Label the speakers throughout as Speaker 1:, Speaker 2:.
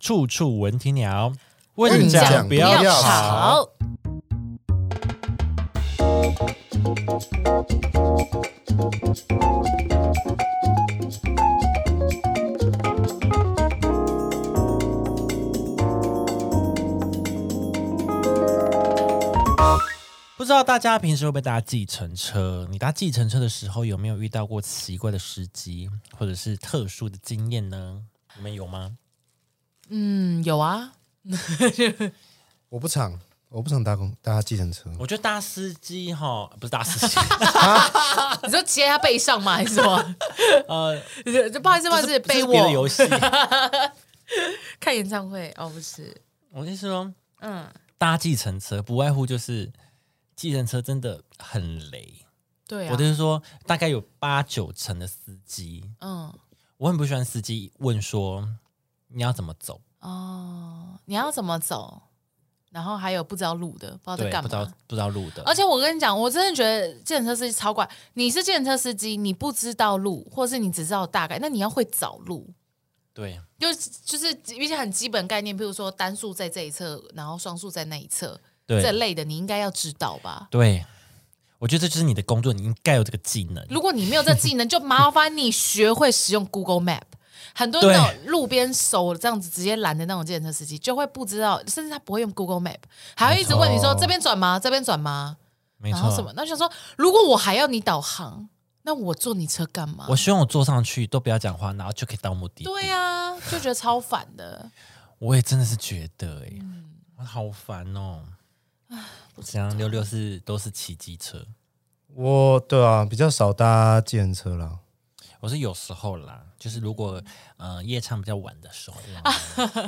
Speaker 1: 处处闻啼鸟，
Speaker 2: 问
Speaker 1: 讲
Speaker 2: 讲
Speaker 1: 不
Speaker 2: 不要
Speaker 1: 吵。
Speaker 2: 吵。
Speaker 1: 不知道大家平时会不会搭计程车？你搭计程车的时候有没有遇到过奇怪的司机，或者是特殊的经验呢？你们有吗？
Speaker 2: 嗯，有啊，
Speaker 3: 我不常，我不常搭公搭计程车，
Speaker 1: 我觉得搭司机哈，不是搭司 机，
Speaker 2: 你说骑在他背上吗？还是什么？
Speaker 1: 呃，
Speaker 2: 就就不好意思，不好意
Speaker 1: 这
Speaker 2: 思，
Speaker 1: 是这
Speaker 2: 背
Speaker 1: 是别的
Speaker 2: 我
Speaker 1: 游戏。
Speaker 2: 看演唱会哦，不是，
Speaker 1: 我是说，
Speaker 2: 嗯，
Speaker 1: 搭计程车不外乎就是计程车真的很雷。
Speaker 2: 对啊
Speaker 1: 我，就是说，大概有八九成的司机，
Speaker 2: 嗯，
Speaker 1: 我很不喜欢司机问说你要怎么走，
Speaker 2: 哦，你要怎么走？然后还有不知道路的，不知哦道在
Speaker 1: 对，
Speaker 2: 干
Speaker 1: 不知道
Speaker 2: 嘛。
Speaker 1: 不知道路的，
Speaker 2: 而且我跟你讲，我真的觉得计程车司机超怪。你是计程车司机，你不知道路，或是你只知道大概，那你要会找路，
Speaker 1: 对
Speaker 2: 就是就是一些很基本概念，譬如说单数在这一侧，然后双数在那一侧，这
Speaker 1: 对
Speaker 2: 类的你应该要知道吧？
Speaker 1: 对，我觉得这就是你的工作，你应该有这个技能。
Speaker 2: 如果你没有这技能，就麻烦你学会使用 Google Map。很多那种路边手这样子直接拦的那种计程车司机，就会不知道，甚至他不会用 Google Map，还会一直问你说
Speaker 3: 没错
Speaker 2: 这边转吗？这边转吗？
Speaker 1: 没
Speaker 2: 然后
Speaker 1: 错，
Speaker 2: 什么？那我想说，如果我还要你导航，那我坐你车干嘛？
Speaker 1: 我希望我坐上去都不要讲话，然后就可以到目的地。
Speaker 2: 对啊，就觉得超烦的。
Speaker 1: 我也真的是觉得、欸，哎、
Speaker 2: 嗯
Speaker 1: 我好烦哦、怎样六六是都是骑机车，
Speaker 3: 我对啊，比较少搭计程车啦。
Speaker 1: 我是有时候啦，就是如果呃夜唱比较晚的时候啊，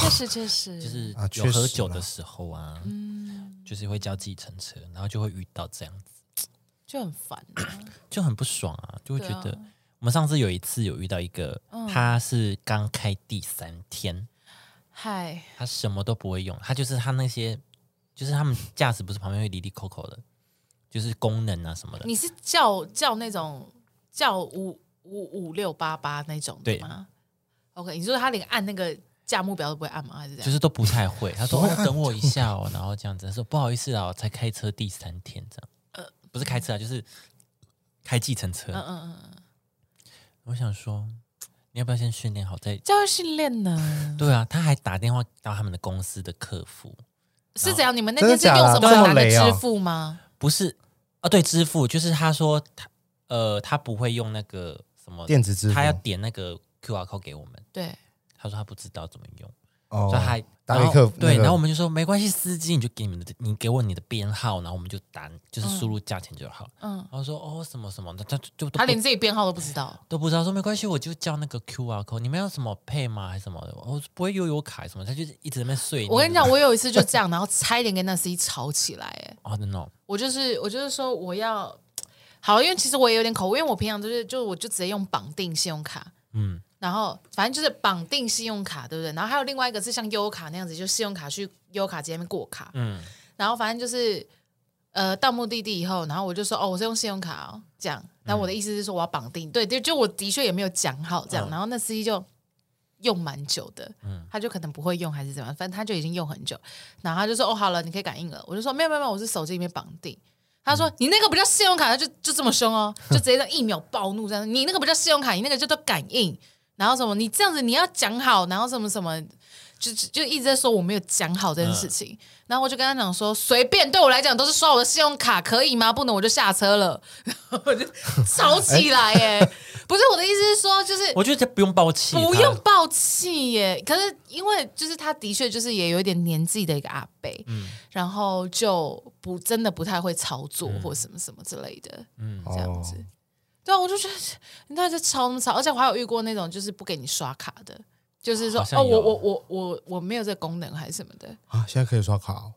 Speaker 2: 确实确实，
Speaker 1: 哦就是
Speaker 3: 啊
Speaker 1: 有
Speaker 3: 确实
Speaker 1: 喝酒
Speaker 3: 啦
Speaker 1: 的时候啊，
Speaker 2: 嗯
Speaker 1: 就是会叫计程车，然后就会遇到这样子，
Speaker 2: 就很烦啊、
Speaker 1: 就很不爽啊，就会觉得、
Speaker 2: 对嗯
Speaker 1: 我们上次有一次有遇到一个，他是刚开第三天，
Speaker 2: 嗨，
Speaker 1: 他什么都不会用，他就是他那些就是他们驾驶不是旁边会离离扣扣的，就是功能啊什么的，
Speaker 2: 你是叫叫那种叫五五五六八八那种的
Speaker 1: 对
Speaker 2: 吗？OK，你说他连按那个价目表都不会按吗？还是这
Speaker 1: 就
Speaker 2: 样？
Speaker 1: 是都不太会。他说、哦、等我一下哦，然后这样子，他说不好意思啊，我才开车第三天这样，不是开车啊，就是开计程车。
Speaker 2: 呃嗯嗯嗯，
Speaker 1: 我想说，你要不要先训练好再？
Speaker 2: 教育训练呢？
Speaker 1: 对啊，他还打电话到他们的公司的客服，
Speaker 2: 是怎样？你们那
Speaker 3: 真的
Speaker 2: 天是用
Speaker 3: 假的
Speaker 2: 什么
Speaker 3: 这么
Speaker 2: 拿的
Speaker 3: 雷哦
Speaker 2: 支付吗？
Speaker 1: 不是啊，对，支付就是他说他呃他不会用那个什么
Speaker 3: 电子支付
Speaker 1: 他要点那个 QR code 给我们，
Speaker 2: 对，
Speaker 1: 他说他不知道怎么用。
Speaker 3: 哦
Speaker 1: 所以还
Speaker 3: 打
Speaker 1: 然
Speaker 3: 给
Speaker 1: 后
Speaker 3: 客服
Speaker 1: 对，
Speaker 3: 那个
Speaker 1: 然后我们就说没关系，司机你就给你们的，你给我你的编号，然后我们就打就是输入价钱就好。
Speaker 2: 嗯
Speaker 1: 然后说哦什么什么，的，他就就都
Speaker 2: 他连
Speaker 1: 不
Speaker 2: 自己编号都不知道。
Speaker 1: 都不知道，说没关系，我就叫那个 QR code，你们要什么配吗？还是什么的？我、不会悠游卡什么，他就是一直在那边碎念。
Speaker 2: 我跟你讲，我有一次就这样，然后差一点跟那司机吵起来、哎，
Speaker 1: 哦真的哦，
Speaker 2: 我就是我就是说我要好，因为其实我也有点口误，因为我平常就是就我就直接用绑定信用卡，
Speaker 1: 嗯，
Speaker 2: 然后反正就是绑定信用卡，对不对？然后还有另外一个是像优卡那样子，就信用卡去优卡直接那边过卡，
Speaker 1: 嗯，
Speaker 2: 然后反正就是呃到目的地以后，然后我就说哦，我是用信用卡、哦、这样，然后我的意思是说我要绑定，对，就就我的确也没有讲好这样，
Speaker 1: 嗯
Speaker 2: 然后那司机就。用蛮久的，他就可能不会用还是怎么样，反正他就已经用很久，然后他就说哦好了，你可以感应了，我就说没有没有没有，我是手机里面绑定。他说：“你那个不叫信用卡，他就就这么凶哦，就直接这样一秒暴怒这样。你那个不叫信用卡，你那个叫做感应。然后什么，你这样子你要讲好，然后什么什么，就就就一直在说我没有讲好这件事情。然后我就跟他讲说，随便对我来讲都是刷我的信用卡，可以吗？不能我就下车了。然后我就 吵起来耶、不是我的意思是说，就是
Speaker 1: 我觉得不用抱歉，
Speaker 2: 不用爆气耶。可是因为就是他的确就是也有一点年纪的一个阿伯，
Speaker 1: 嗯
Speaker 2: 然后就不真的不太会操作
Speaker 1: 嗯
Speaker 2: 或什么什么之类的，嗯，这样
Speaker 3: 哦
Speaker 2: 子。对啊，我就觉得你到底在吵什么吵？而且我还有遇过那种就是不给你刷卡的，就是说
Speaker 1: 好像
Speaker 2: 哦，我
Speaker 1: 有
Speaker 2: 我我我我没有这个功能还是什么的。
Speaker 3: 啊，现在可以刷卡哦，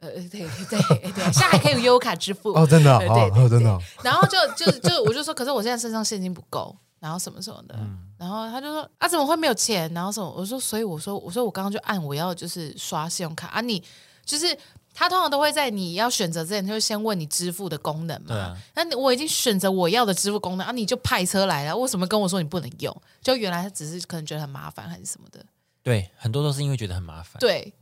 Speaker 2: 呃，对对对对，现在还可以用优卡支付
Speaker 3: 哦真
Speaker 1: 啊
Speaker 3: 的 哦
Speaker 2: 对
Speaker 3: 哦
Speaker 2: 对对
Speaker 3: 哦真的哦
Speaker 2: 对然后就就就我就说，可是我现在身上现金不够，然后什么什么的，
Speaker 1: 嗯
Speaker 2: 然后他就说啊，怎么会没有钱？然后什么？我说，所以我说我说我刚刚就按我要就是刷信用卡啊你，就是。他通常都会在你要选择之前，他就先问你支付的功能
Speaker 1: 对
Speaker 2: 嘛
Speaker 1: 啊。
Speaker 2: 那、你我已经选择我要的支付功能啊，你就派车来了，为什么跟我说你不能用？就原来他只是可能觉得很麻烦还是什么的，
Speaker 1: 对，很多都是因为觉得很麻烦。，
Speaker 2: 对，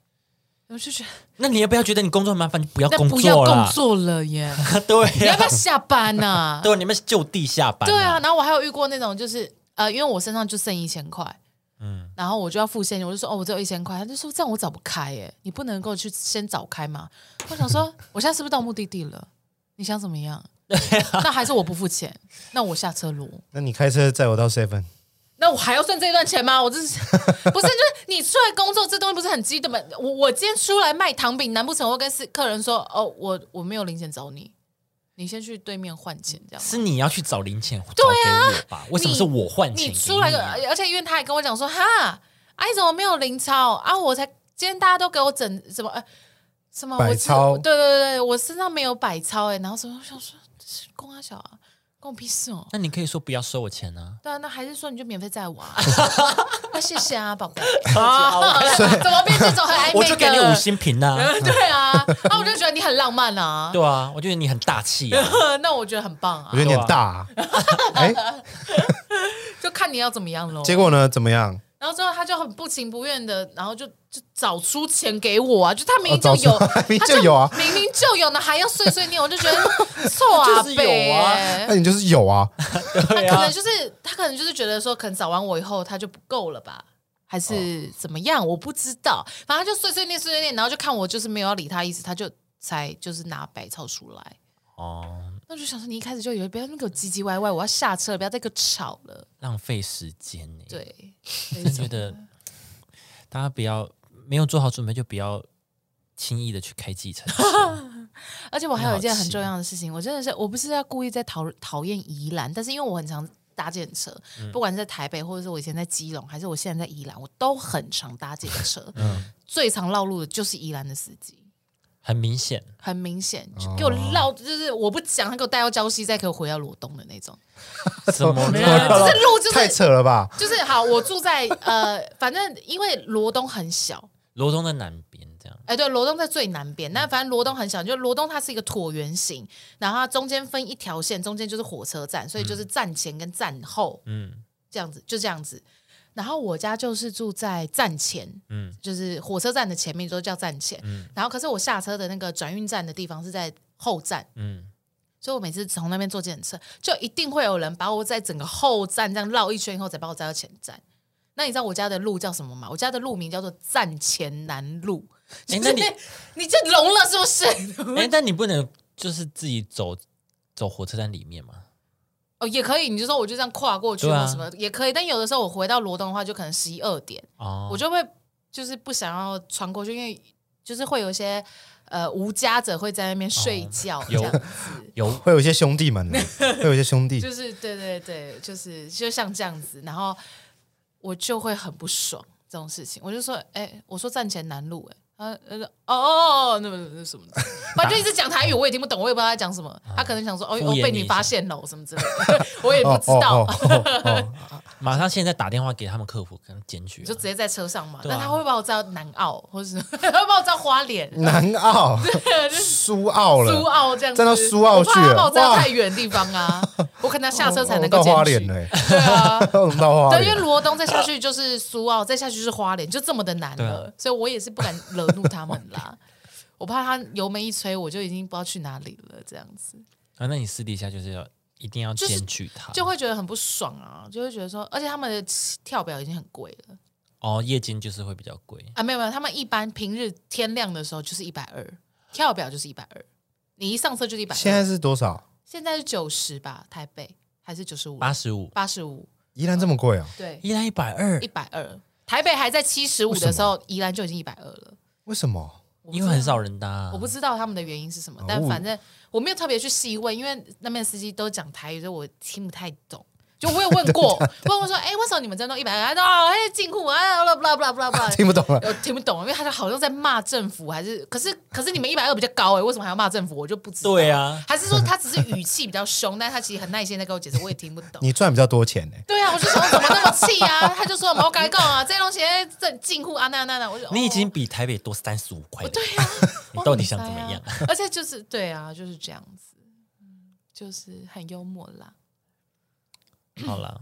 Speaker 2: 我就觉得
Speaker 1: 那你也不要觉得你工作很麻烦，你不要
Speaker 2: 那
Speaker 1: 工
Speaker 2: 不要
Speaker 1: 作
Speaker 2: 工
Speaker 1: 啦。
Speaker 2: 作 了耶，你
Speaker 1: 对
Speaker 2: 要
Speaker 1: 呀
Speaker 2: 不，要下班啊呐、
Speaker 1: 对，你们就地下班。
Speaker 2: 对啊，，然后我还有遇过那种就是呃，因为我身上就剩一千块，
Speaker 1: 嗯，
Speaker 2: 然后我就要付现金，我就说哦，我只有一千块，他就说这样我找不开耶，你不能够去先找开嘛。我想说，我现在是不是到目的地了？你想怎么样？那还是我不付钱，那我下车撸。
Speaker 3: 那你开车载我到 seven，
Speaker 2: 哦那我还要算这一段钱吗？我真是 不是就是你出来工作，这东西不是很基本吗？我我今天出来卖糖饼，难不成我会跟是客人说哦，我我没有零钱找你，你先去对面换钱这样吗？
Speaker 1: 是你要去找零钱找给我吧？为什么是我换钱
Speaker 2: 啊你
Speaker 1: 给
Speaker 2: 出来个，哎
Speaker 1: 啊
Speaker 2: 而且因为他还跟我讲说，哈，啊你怎么没有零钞啊？我才今天大家都给我整什么呃什么
Speaker 3: 百钞
Speaker 2: 我是对对对，我身上没有百钞哎、然后什么我想说这是公阿小啊，关我屁事哦。
Speaker 1: 那你可以说不要收我钱啊！
Speaker 2: 对啊，那还是说你就免费 载我啊？啊，谢谢啊，宝贝。
Speaker 1: 啊，
Speaker 2: 怎么变这种很暧昧的？
Speaker 1: 我就给你五。 嗯星评呐。
Speaker 2: 对啊，啊，我就觉得你很浪漫啊。
Speaker 1: 对啊，我觉得你很大气啊。
Speaker 2: 那我觉得很棒
Speaker 3: 我
Speaker 2: 啊
Speaker 3: 觉，得你很大、啊。哎、
Speaker 2: 就看你要怎么样喽。
Speaker 3: 结果呢？怎么样？
Speaker 2: 然后之后他就很不情不愿的，然后就就找出钱给我啊，就他明明就
Speaker 3: 哦
Speaker 2: 有，
Speaker 3: 找出明明
Speaker 2: 他
Speaker 3: 就有啊
Speaker 2: 明明就有呢，还要碎碎念，我就觉得错啊，
Speaker 1: 就是有啊
Speaker 2: 北欸
Speaker 3: 那、你就是有啊，
Speaker 1: 对
Speaker 2: 他可
Speaker 1: 啊
Speaker 2: 能，就是他可能就是觉得说，可能找完我以后他就不够了吧，还是怎么样，我不知道，反正他就碎碎念碎碎念，然后就看我就是没有要理他意思，他就才就是拿百草出来。
Speaker 1: 哦，
Speaker 2: 那我就想说，你一开始就以为不要那个唧唧歪歪，我要下车了，不要再跟我吵了。
Speaker 1: 浪费时间呢。，
Speaker 2: 对，
Speaker 1: 真觉得大家不要没有做好准备，就不要轻易的去开计程车。
Speaker 2: 而且我还有一件
Speaker 1: 很好
Speaker 2: 很
Speaker 1: 奇
Speaker 2: 重要的事情，我真的是我不是在故意在讨讨厌宜兰，但是因为我很常搭计程车，不管是在台北，或者是我以前在基隆，还是我现在在宜兰，我都很常搭计程车。最常绕路的就是宜兰的司机，
Speaker 1: 很明显，
Speaker 2: 很明显就给我绕，就是我不讲，他给我带到礁溪，再给我回到罗东的那种。
Speaker 1: 怎么
Speaker 3: 没有
Speaker 1: 了？
Speaker 2: 这路就是
Speaker 3: 太扯了吧？
Speaker 2: 就是好，我住在呃，反正因为罗东很小，
Speaker 1: 罗东的南边这样，
Speaker 2: 哎，对，罗东在最南边，那反正罗东很小，就罗东它是一个椭圆形，然后它中间分一条线，中间就是火车站，所以就是站前跟站后
Speaker 1: 嗯
Speaker 2: 这样子，就这样子。然后我家就是住在站前，
Speaker 1: 嗯
Speaker 2: 就是火车站的前面都叫站前，
Speaker 1: 嗯
Speaker 2: 然后可是我下车的那个转运站的地方是在后站，
Speaker 1: 嗯，
Speaker 2: 所以我每次从那边坐电车，就一定会有人把我在整个后站这样绕一圈以后，再把我载到前站。那你知道我家的路叫什么吗？我家的路名叫做站前南路。
Speaker 1: 诶
Speaker 2: 就是
Speaker 1: 哎 那你
Speaker 2: 你这聋了是不是？
Speaker 1: 哎，但你不能就是自己走走火车站里面嘛？
Speaker 2: 哦，也可以，你就说我就这样跨过去
Speaker 1: 对啊
Speaker 2: 或什么、也可以。但有的时候我回到罗东的话，就可能十一二点，
Speaker 1: 哦，
Speaker 2: 我就会就是不想要穿过去，因为就是会有一些呃无家者会在那边睡觉、这
Speaker 1: 哦有
Speaker 2: 样子。
Speaker 1: 有
Speaker 3: 会有一些兄弟 们呢，会有一些兄弟
Speaker 2: 就。是对对对，就是就像这样子，然后我就会很不爽这种事情，我就说，哎、我说站前南路、哎，他呃哦哦哦，那么那什么的，反正就一直讲台语，我也听不懂，我也不知道他讲什么，
Speaker 3: 啊
Speaker 2: 他可能想说，哦，
Speaker 1: 敷
Speaker 2: 我
Speaker 1: 衍
Speaker 2: 被
Speaker 1: 你
Speaker 2: 你
Speaker 1: 一
Speaker 2: 发
Speaker 1: 下
Speaker 2: 现了，什么之类的， 我也不知道，
Speaker 3: 哦哦
Speaker 1: 马上现在打电话给他们客服，跟他们检举
Speaker 2: 就
Speaker 1: 啊。
Speaker 2: 直接在车上嘛，
Speaker 1: 对啊
Speaker 2: 但他会把我载到南澳，或者是 他会把我载到花莲。
Speaker 3: 南澳、 苏澳
Speaker 2: 苏
Speaker 3: 了，
Speaker 2: 澳这样子，
Speaker 3: 站到苏澳
Speaker 2: 我怕
Speaker 3: 去
Speaker 2: 他
Speaker 3: 了
Speaker 2: 把我载到
Speaker 3: 哇
Speaker 2: 太远的地方啊，我可能要下车才能够
Speaker 3: 哦到花
Speaker 2: 检举
Speaker 3: 莲嘞，
Speaker 2: 对啊，
Speaker 3: 到到花
Speaker 2: 对，因为
Speaker 3: 莲。
Speaker 2: 罗东再下去就是苏澳，再下去就是花莲，就这么的难了，
Speaker 1: 对啊
Speaker 2: 所以我也是不敢惹怒他们啦。我怕他油门一吹，我就已经不知道去哪里了，这样子
Speaker 1: 啊，那你私底下就是要一定要
Speaker 2: 就是
Speaker 1: 检举他，
Speaker 2: 就会觉得很不爽啊，就会觉得说，而且他们的跳表已经很贵了
Speaker 1: 哦，夜间就是会比较贵。
Speaker 2: 啊，没有没有，他们一般平日天亮的时候就是一百二，跳表就是一百二，你一上车就是一百
Speaker 3: 现在
Speaker 2: 二，
Speaker 3: 是多少？
Speaker 2: 现在是九十吧，台北还是九十五，
Speaker 1: 八十五，
Speaker 2: 八十五，
Speaker 3: 宜兰这么贵啊？
Speaker 2: 对，
Speaker 1: 依然一百二
Speaker 2: 一，百二，台北还在七十五的时
Speaker 3: 为什
Speaker 2: 候，宜兰就已经一百二了，
Speaker 3: 为什么？
Speaker 2: 我不
Speaker 1: 因为
Speaker 2: 知
Speaker 1: 很
Speaker 2: 道
Speaker 1: 少人搭啊。
Speaker 2: 我不知道他们的原因是什么，但
Speaker 3: 哦
Speaker 2: 反正我没有特别去细问，因为那边司机都讲台语，所以我听不太懂。就我有问 过，问过说，哎、为什么你们在弄一百二？他说，哦，哎，进库啊，不啦不啦不啦不啦，
Speaker 3: 听不懂了。
Speaker 2: 我听不懂，因为他就好像在骂政府，还是可是可是你们一百二比较高哎、为什么还要骂政府？我就不知道。
Speaker 1: 对啊，
Speaker 2: 还是说他只是语气比较凶，但他其实很耐心在跟我解释，我也听不懂。
Speaker 3: 你赚比较多钱呢、
Speaker 2: 对啊，我就想我怎么那么气啊？他就说我该告啊，这些东西在进库啊那那那，我就
Speaker 1: 你已
Speaker 2: 哦
Speaker 1: 经比台北多三十五块了。
Speaker 2: 对呀、啊
Speaker 1: 你到底想怎么样
Speaker 2: 我很呆啊？而且就是对啊，就是这样子，嗯就是很幽默啦。
Speaker 1: 好啦，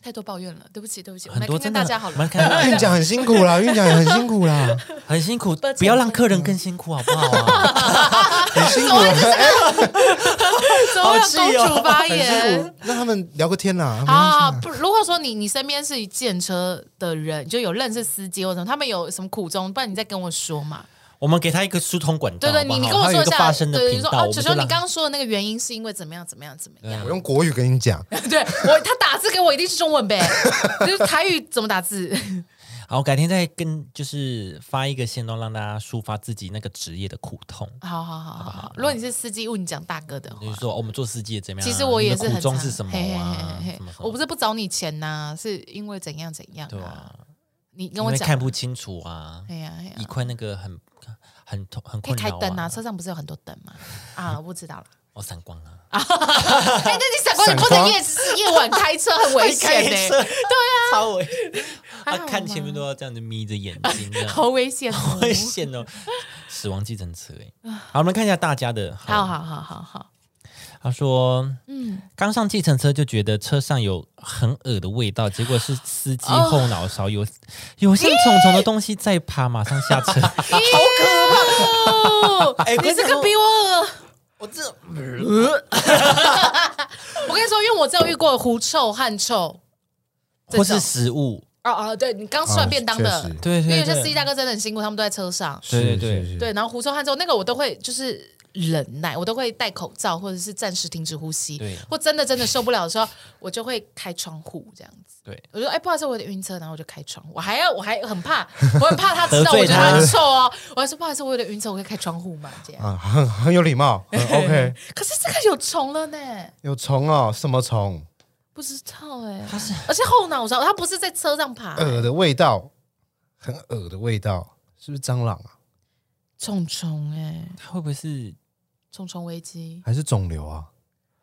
Speaker 2: 太多抱怨了，对不起，对不起，我
Speaker 1: 很
Speaker 2: 们来
Speaker 1: 多
Speaker 2: 看
Speaker 1: 真
Speaker 2: 看大
Speaker 1: 的
Speaker 2: 家好了。
Speaker 1: 蛮看
Speaker 3: 运奖很辛苦啦，运奖也很辛苦啦，
Speaker 1: 很辛苦，
Speaker 2: 抱歉
Speaker 1: 不要让客人更辛苦好不好 啊？
Speaker 3: 很辛苦啦，
Speaker 2: 怎么
Speaker 1: 好气
Speaker 2: 有
Speaker 1: 哦
Speaker 2: 公主发
Speaker 3: 很辛
Speaker 2: 言？
Speaker 3: 苦。让他们聊个天啦，没
Speaker 2: 啊，
Speaker 3: 关系
Speaker 2: 不，
Speaker 3: 啦
Speaker 2: 如果说你你身边是建车的人，就有认识司机或什么，他们有什么苦衷，不然你再跟我说嘛。
Speaker 1: 我们给他一个疏通管道，
Speaker 2: 对对，
Speaker 1: 好不
Speaker 2: 你
Speaker 1: 好
Speaker 2: 你跟我
Speaker 1: 他有
Speaker 2: 说
Speaker 1: 一个
Speaker 2: 下，
Speaker 1: 发声的
Speaker 2: 对，你
Speaker 1: 频
Speaker 2: 说
Speaker 1: 道，
Speaker 2: 哦，
Speaker 1: 我
Speaker 2: 只
Speaker 1: 们就
Speaker 2: 说你
Speaker 1: 让
Speaker 2: 刚刚说的那个原因是因为怎么样怎么样怎么样？
Speaker 3: 我用国语跟你讲，
Speaker 2: 对我他打字给我一定是中文呗， 就是台语怎么打字？
Speaker 1: 好，改天再跟就是发一个线动，让大家抒发自己那个职业的苦痛。
Speaker 2: 好好好好好，如果你是司机，问你讲大哥的话
Speaker 1: 比如。说、哦我们做司机的怎么样啊？
Speaker 2: 其实我也
Speaker 1: 你
Speaker 2: 是
Speaker 1: 们
Speaker 2: 很
Speaker 1: 苦衷
Speaker 2: 常
Speaker 1: 是什么
Speaker 2: 嘿嘿
Speaker 1: 啊？
Speaker 2: 嘿嘿嘿
Speaker 1: 什么什么
Speaker 2: 我不是不找你钱呐、是因为怎样怎样、
Speaker 1: 对啊，
Speaker 2: 你跟
Speaker 1: 因
Speaker 2: 我
Speaker 1: 为
Speaker 2: 讲，
Speaker 1: 看不清楚啊，
Speaker 2: 哎呀哎呀
Speaker 1: 一，块那个很很痛很
Speaker 2: 可以
Speaker 1: 困
Speaker 2: 开
Speaker 1: 扰
Speaker 2: 灯啊，车上不是有很多灯 吗？啊，我不知道了。
Speaker 1: 哦，散光啊，
Speaker 2: 哎、那你闪光灯
Speaker 3: 闪
Speaker 2: 或
Speaker 3: 光
Speaker 2: 者夜夜晚开车很危险呢、
Speaker 1: 对啊，超危
Speaker 2: 还
Speaker 1: 啊，
Speaker 2: 哎好
Speaker 1: 看前面
Speaker 2: 吗
Speaker 1: 都要这样子眯着眼睛，这样
Speaker 2: 好危险、哦，
Speaker 1: 好危险哦，死亡计程车哎。好，我们看一下大家的，
Speaker 2: 好好好好好，
Speaker 1: 他说，嗯，刚上计程车就觉得车上有很恶的味道，结果是司机后脑勺有、有像虫虫的东西在爬，马上下车。
Speaker 2: 哦，
Speaker 1: 哎
Speaker 2: 你这个比我恶，呃
Speaker 1: 我这
Speaker 2: 我跟你说，因为我只有遇过狐臭、汗臭，这
Speaker 1: 或是
Speaker 2: 种
Speaker 1: 食物，
Speaker 2: 哦哦，对你刚吃完便当的，
Speaker 3: 啊确实
Speaker 1: 对
Speaker 2: 因为
Speaker 1: 对
Speaker 2: 有些司机
Speaker 1: 对，
Speaker 2: 大哥真的很辛苦，他们都在车上，
Speaker 1: 对对
Speaker 3: 是
Speaker 1: 对，
Speaker 3: 是是
Speaker 2: 对，然后狐臭汗臭那个我都会就是忍耐，我都会戴口罩或者是暂时停止呼吸，
Speaker 1: 对
Speaker 2: 或真的真的受不了的时候，我就会开窗户这样子。
Speaker 1: 对，
Speaker 2: 我就说哎、不好意思，我有点晕车，然后我就开窗户，我还要我还很怕，我很怕他知 道
Speaker 1: 得
Speaker 2: 我
Speaker 1: 罪
Speaker 2: 觉得
Speaker 1: 他
Speaker 2: 很臭哦，我还说不好意思，我有点晕车，我可以开窗户嘛这样。
Speaker 3: 啊，很很有礼 貌，很 OK。
Speaker 2: 可是这个有虫了呢，
Speaker 3: 有虫哦，什么虫？
Speaker 2: 不知道哎、
Speaker 1: 它是呃
Speaker 2: 而且后脑勺它不是在车上爬、
Speaker 3: 恶的味道，很恶的味道，是不是蟑螂啊？
Speaker 2: 虫虫哎，
Speaker 1: 它会不会是
Speaker 2: 虫虫危机
Speaker 3: 还是肿瘤啊？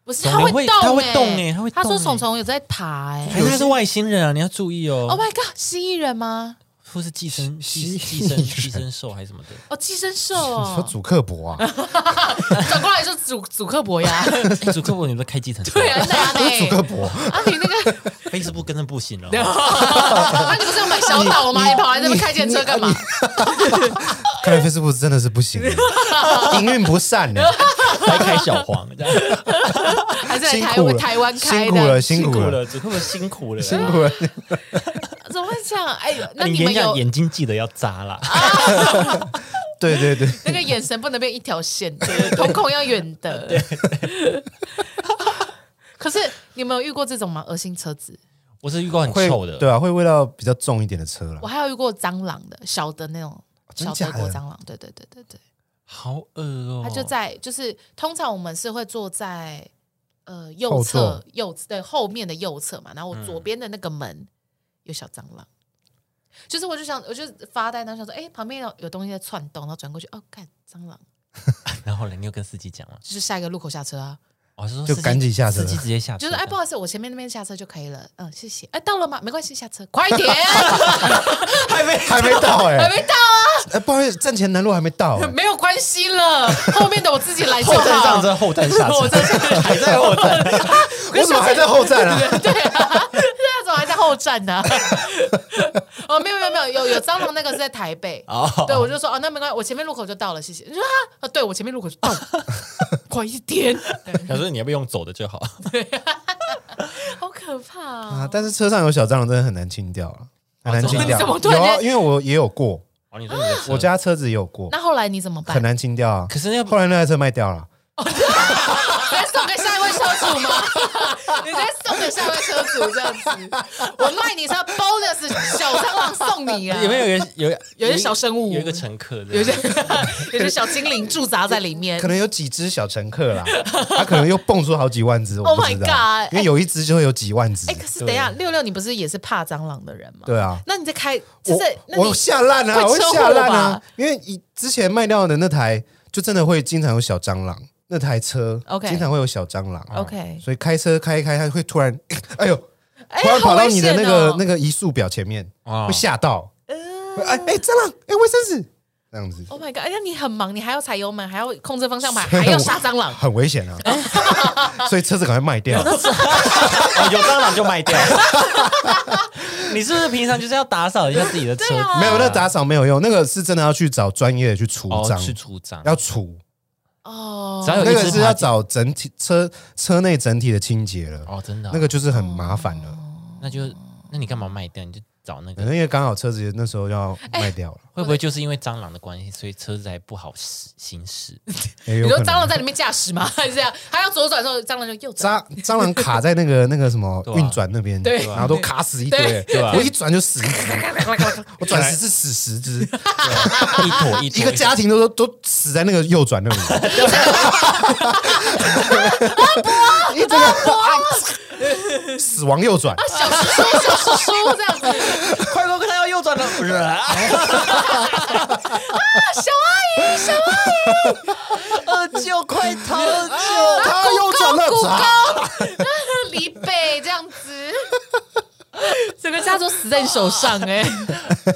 Speaker 2: 不是
Speaker 1: 虫
Speaker 2: 它
Speaker 1: 也会
Speaker 2: 动、欸，
Speaker 1: 它会动欸它会
Speaker 2: 他说
Speaker 1: 动欸
Speaker 2: 虫虫有在爬哎、
Speaker 1: 哎，他是外星人啊，你要注意哦。
Speaker 2: Oh my god，蜥蜴人吗？
Speaker 1: 或是寄生寄
Speaker 3: 蜥
Speaker 1: 寄生
Speaker 3: 蜴人
Speaker 1: 寄生兽还是什么的，
Speaker 2: 哦，寄生兽
Speaker 3: 你说
Speaker 2: 哦，
Speaker 3: 主克伯啊？
Speaker 2: 转过来就祖祖克 伯呀，
Speaker 1: 哎主客户你们在开计程车，
Speaker 2: 对啊，那
Speaker 3: 主
Speaker 2: 嘞
Speaker 3: 克伯，
Speaker 2: 啊，你 那个，
Speaker 1: ，Facebook 跟着不行了。
Speaker 2: 啊，你不是要买小岛吗？你跑来这边开电车干嘛？
Speaker 3: 看来 Facebook 真的是不 行，营运不善呢，
Speaker 1: 在开小黄，这样
Speaker 2: 还是来
Speaker 3: 辛
Speaker 2: 台
Speaker 3: 苦
Speaker 2: 湾
Speaker 3: 了，
Speaker 2: 台湾
Speaker 3: 辛
Speaker 2: 开
Speaker 3: 苦
Speaker 2: 的
Speaker 3: 了，？辛苦了，
Speaker 1: 了，主客户辛苦了啦。
Speaker 3: 辛苦了。
Speaker 2: 怎么会这样？哎，那
Speaker 1: 啊你
Speaker 2: 你
Speaker 1: 演
Speaker 2: 们
Speaker 1: 讲
Speaker 2: 有
Speaker 1: 眼睛记得要眨啦，
Speaker 3: 对对对，
Speaker 2: 那个眼神不能变一条线，对瞳孔要远 的。 可是你们有遇过这种吗？恶心车子，
Speaker 1: 我是遇过很
Speaker 3: 会
Speaker 1: 臭的，
Speaker 3: 对啊，会味道比较重一点的车了
Speaker 2: 我。还有遇过蟑螂的，小的那种
Speaker 3: 真
Speaker 2: 小
Speaker 3: 假
Speaker 2: 德
Speaker 3: 的
Speaker 2: 国蟑螂，对对对对对。
Speaker 1: 好恶哦。
Speaker 2: 它就在就是通常我们是会坐在呃右
Speaker 3: 后
Speaker 2: 侧
Speaker 3: 座嗯
Speaker 2: 右对后面的右侧嘛，然后我左边的那个门、有小蟑螂，就是我就想我就发呆，然后想说哎、诶旁边有有东西在窜动，然后转过去哦看蟑螂，
Speaker 1: 然后呢，你又跟司机讲了，
Speaker 2: 就是下一个路口下车啊，
Speaker 1: 哦我是说
Speaker 3: 就
Speaker 1: 司机
Speaker 3: 赶紧下车
Speaker 1: 司机直接下车，
Speaker 2: 就是哎、不好意思，我前面那边下车就可以了，嗯谢谢，哎、到了吗？没关系下车， 快 点，
Speaker 3: 还没还没到
Speaker 2: 还
Speaker 3: 哎，
Speaker 2: 没到啊，
Speaker 3: 哎，不好意思，站前南路还没到 哎。
Speaker 2: 没有关系了，后面的我自己来就
Speaker 1: 后站上
Speaker 2: 好。
Speaker 1: 车，后站下
Speaker 2: 我
Speaker 1: 车，
Speaker 2: 在这里
Speaker 1: 还在后站，
Speaker 3: 我怎么还在后站啊？
Speaker 2: 对啊， 那怎么还在后站呢、 哦，没有没有没有，有有蟑螂那个是在台北。
Speaker 1: 哦，
Speaker 2: 对，我就说哦，那没关系，我前面路口就到了，谢谢。你说啊，哦对我前面路口就 到了，快一点，
Speaker 1: 他说你要不要用走的就好，
Speaker 2: 好可怕啊！
Speaker 3: 啊，但是车上有小蟑螂真的很难清掉了，很难清掉。
Speaker 2: 怎么突然
Speaker 3: 有
Speaker 2: 间嗯
Speaker 3: 啊，因为我也有过，
Speaker 1: 哦，你说你
Speaker 2: 啊
Speaker 1: 的车
Speaker 3: 我，家车子也有过，
Speaker 2: 那后来你怎么办
Speaker 3: 很？难清掉啊。
Speaker 1: 可是要
Speaker 3: 后来那台车卖掉了，
Speaker 2: 直接送给下一位车主吗？ 你直接送给下一位车主这样子，我卖你车 bonus 小蟑螂送你啊！
Speaker 1: 有没有有有
Speaker 2: 有些小生物
Speaker 1: 有一个乘客这样，
Speaker 2: 有些 有些小精灵驻扎在里面
Speaker 3: 可？能有几只小乘客 啦，它可能又蹦出好几万只，我
Speaker 2: Oh
Speaker 3: 不
Speaker 2: my
Speaker 3: 知道
Speaker 2: god，，
Speaker 3: 因为有一只就会有几万只
Speaker 2: 哎，。可是等一下，六六你不是也是怕蟑螂的人吗？
Speaker 3: 对啊，
Speaker 2: 那你在开，就
Speaker 3: 我
Speaker 2: 是那你
Speaker 3: 我下烂啊，我
Speaker 2: 会
Speaker 3: 会
Speaker 2: 车祸
Speaker 3: 下烂
Speaker 2: 吧
Speaker 3: 啊，因为以之前卖掉的那台就真的会经常有小蟑螂，那台车
Speaker 2: OK
Speaker 3: 经常会有小蟑螂啊
Speaker 2: OK，
Speaker 3: 所以开车开一开，它会突然， 哎呦，
Speaker 2: 哎
Speaker 3: 突然
Speaker 2: 好
Speaker 3: 跑到
Speaker 2: 危
Speaker 3: 你的
Speaker 2: 险
Speaker 3: 那个
Speaker 2: 哦呃
Speaker 3: 那个移速表前面，
Speaker 1: 啊
Speaker 3: 会吓到。会哎哎，蟑螂，哎，卫生纸，这样子，。
Speaker 2: Oh my god！而且你很忙，你还要踩油门，还要控制方向盘，还要杀蟑螂
Speaker 3: 很危 险啊，所以车子赶快卖掉。
Speaker 1: 哦，有蟑螂就卖 掉。你是不是平常就是要打扫一下自己的车子？
Speaker 2: 啊
Speaker 3: 没有，那打扫没有用，那个是真的要去找专业的去除
Speaker 1: 哦，
Speaker 3: 脏，
Speaker 1: 去除蟑
Speaker 3: 要除，
Speaker 2: 哦，
Speaker 1: 只要有
Speaker 3: 那
Speaker 1: 一
Speaker 3: 个
Speaker 1: 只
Speaker 3: 是要
Speaker 1: 爬进
Speaker 3: 找整体车车内整体的清洁了，
Speaker 1: 哦，真的哦、
Speaker 3: 那个就是很麻烦了。
Speaker 1: 那就那你干嘛卖掉？你就找那
Speaker 3: 可
Speaker 1: 个，
Speaker 3: 能因为刚好车子那时候要卖掉了，
Speaker 1: 会不会就是因为蟑螂的关系，所以车子才不好行行 驶？
Speaker 3: 也
Speaker 2: 哎你
Speaker 3: 有
Speaker 2: 说
Speaker 3: 可
Speaker 2: 蟑螂
Speaker 3: 能
Speaker 2: 在里面驾驶吗？还是这样？还要左转的时候，蟑螂就右转。
Speaker 3: 蟑蟑螂卡在那 个那个什么
Speaker 1: 对啊
Speaker 3: 运转那边，
Speaker 2: 对
Speaker 3: 然后都卡死一堆
Speaker 2: 对，
Speaker 1: 对啊
Speaker 3: 我一转就死 一只，我转十次死十只，
Speaker 1: 一坨一坨
Speaker 3: 一个家庭都都死在那个右转那里。你这个哎死亡右转，
Speaker 2: 小哦叔叔，小叔叔这样 子，
Speaker 1: 快快快，他要右转了！不是 啊，
Speaker 2: 小阿姨，小阿姨，
Speaker 1: 二舅快逃！二舅，
Speaker 3: 他啊右转
Speaker 2: 骨
Speaker 3: 了，啊
Speaker 2: 高，李北这样子，整个家族死在你手上 哎、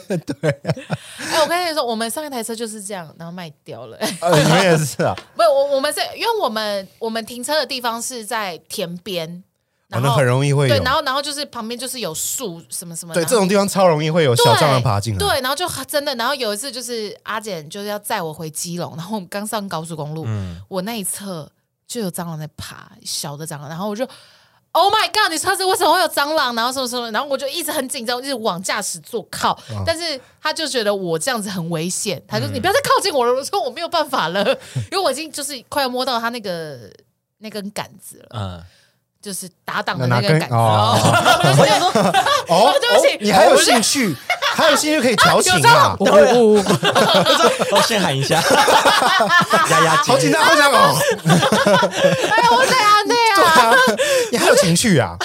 Speaker 2: 对、
Speaker 3: 啊
Speaker 2: 哎、我跟你说，我们上一台车就是这样，然后卖掉了。
Speaker 3: 呃，你们也是啊，
Speaker 2: 不，我我们是因为我们我们停车的地方是在田边，
Speaker 3: 哦
Speaker 2: 然后、
Speaker 3: 那很容易会有
Speaker 2: 对，，然后然后就是旁边就是有树什么什么，
Speaker 3: 对，
Speaker 2: 然
Speaker 3: 这
Speaker 2: 后
Speaker 3: 种地方超容易会有小蟑螂爬进来，
Speaker 2: 对，对，然后就真的，然后有一次就是阿简就是要载我回基隆，然后我们刚上高速公路，
Speaker 3: 嗯
Speaker 2: 我那一侧就有蟑螂在爬，小的蟑螂，然后我就。Oh my god！你车子为什么会有蟑螂？然后什么什么？然后我就一直很紧张，我一直往驾驶座靠。但是他就觉得我这样子很危险，他就
Speaker 3: 嗯
Speaker 2: 说你不要再靠近我了。我说我没有办法了， 因为我已经就是快要摸到他那个那根杆子了，
Speaker 1: 嗯，
Speaker 2: 就是打挡
Speaker 3: 那
Speaker 2: 的
Speaker 3: 哪
Speaker 2: 那根
Speaker 3: 根
Speaker 2: 杆子。
Speaker 3: 哦
Speaker 2: 我就说
Speaker 3: 哦，
Speaker 2: 对不起
Speaker 3: 哦你还有兴 趣，还有兴趣可以调情
Speaker 2: 有蟑
Speaker 3: 啊
Speaker 2: 螂，
Speaker 1: 对啊，我先喊一下，压压
Speaker 3: 好
Speaker 1: 惊，
Speaker 3: 紧张，好紧张
Speaker 2: 啊
Speaker 3: 哦，
Speaker 2: 哎呀，我怎样那样
Speaker 3: 对？啊，你还有情 趣啊，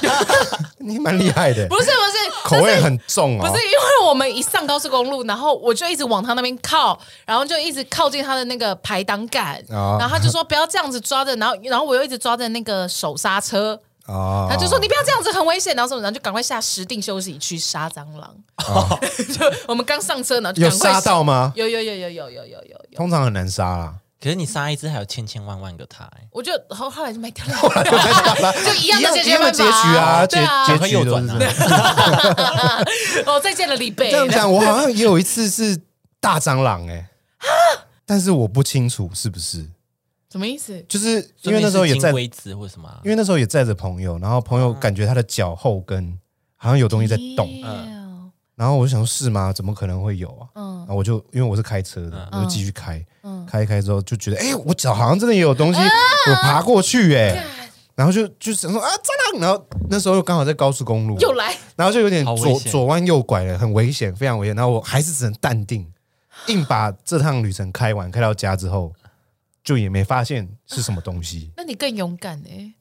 Speaker 3: 你蛮厉害的，
Speaker 2: 不是不是，
Speaker 3: 口味很重
Speaker 2: 不
Speaker 3: 哦
Speaker 2: 是，因为我们一上高速公路，然后我就一直往他那边靠，然后就一直靠近他的那个排挡杆，
Speaker 3: 哦
Speaker 2: 然后他就说不要这样子抓着，然后然后我又一直抓着那个手刹车，
Speaker 3: 哦，
Speaker 2: 他就说你不要这样子很危险，然后什么，然后就赶快下石定休息区杀蟑螂，
Speaker 3: 哦
Speaker 2: 就我们刚上车，然后就
Speaker 3: 有
Speaker 2: 赶快
Speaker 3: 杀到吗？
Speaker 2: 有有有有有有有有有，
Speaker 3: 通常很难 杀啦，
Speaker 1: 可是你杀一只还有千千万万个它、欸，
Speaker 2: 我就后后来就没掉了，
Speaker 3: 就
Speaker 2: 就一样的解
Speaker 3: 一
Speaker 2: 决
Speaker 3: 样的
Speaker 2: 办
Speaker 3: 结
Speaker 2: 法
Speaker 3: 局啊，
Speaker 2: 对
Speaker 3: 结
Speaker 2: 啊
Speaker 3: 结
Speaker 1: 赶快
Speaker 3: 局
Speaker 1: 右
Speaker 3: 都
Speaker 1: 转
Speaker 3: 是
Speaker 1: 啊
Speaker 3: 这样。
Speaker 2: 哦再见了李贝
Speaker 3: 这，样讲，我好像也有一次是大蟑螂哎，
Speaker 2: 啊
Speaker 3: 但是我不清楚是不是，
Speaker 2: 什么意思？
Speaker 3: 就是因为那时候也在
Speaker 1: 金，龟子或什么啊、
Speaker 3: 因为那时候也载着朋友，然后朋
Speaker 2: 啊
Speaker 3: 友感觉他的脚后跟好像有东西在动，
Speaker 2: 嗯
Speaker 3: 然后我就想说是吗？怎么可能会有啊？然
Speaker 2: 嗯
Speaker 3: 后我就因为我是开车的，
Speaker 2: 嗯
Speaker 3: 我就继续开，
Speaker 2: 嗯，啊
Speaker 3: 开一开之后就觉得，哎、我脚好像真的也有东西，我爬过去哎、然后就就想说啊，蟑螂，然后那时候又刚好在高速公路，
Speaker 2: 又来。
Speaker 3: 然后就有点
Speaker 1: 好危
Speaker 3: 左
Speaker 1: 险
Speaker 3: 左弯右拐了，很危险，非常危险。然后我还是只能淡定，硬把这趟旅程开完，开到家之后，就也没发现是什么 东西，
Speaker 2: 那你更勇敢哎、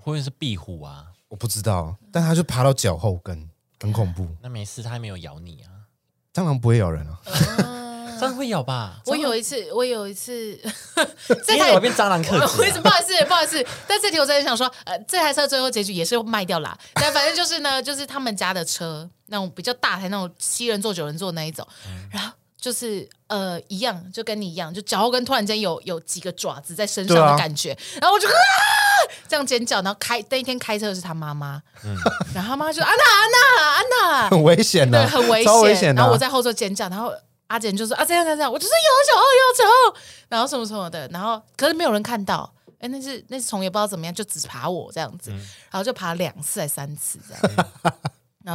Speaker 1: 或者是壁虎啊，
Speaker 3: 我不知道，但它就爬到脚后跟，很恐怖。
Speaker 1: 那没事，它还没有咬你啊，
Speaker 3: 蟑螂不会咬人啊，
Speaker 1: 蟑螂会咬吧？
Speaker 2: 嗯我有一次，我有一次，
Speaker 1: 今
Speaker 2: 这
Speaker 1: 天
Speaker 2: 台
Speaker 1: 我变蟑螂客
Speaker 2: 我一
Speaker 1: 人、
Speaker 2: 直
Speaker 1: 啊，
Speaker 2: 不好意思，不好意思。但这题我真的想说，呃，这台车最后结局也是卖掉啦。 但反正就是呢，就是他们家的车那种比较大台那种七人座、九人座那一种，然后就是呃一样，就跟你一样，就脚后跟突然间有有几个爪子在身上
Speaker 3: 对啊
Speaker 2: 的感觉，然后我就啊这样尖叫，然后开那一天开车的是他妈妈，然后他妈就安娜安娜安娜，
Speaker 3: 很危险 的、
Speaker 2: 对，很危险，
Speaker 3: 超危险啊的、
Speaker 2: 然后我在后座尖叫，然后阿简就说啊这样这样这样，我就是有酒有酒，然后什么什么的，然后可是没有人看到。哎，那只那只虫也不知道怎么样，就只爬我这样子，
Speaker 3: 嗯
Speaker 2: 然后就爬两次还三次这样， 然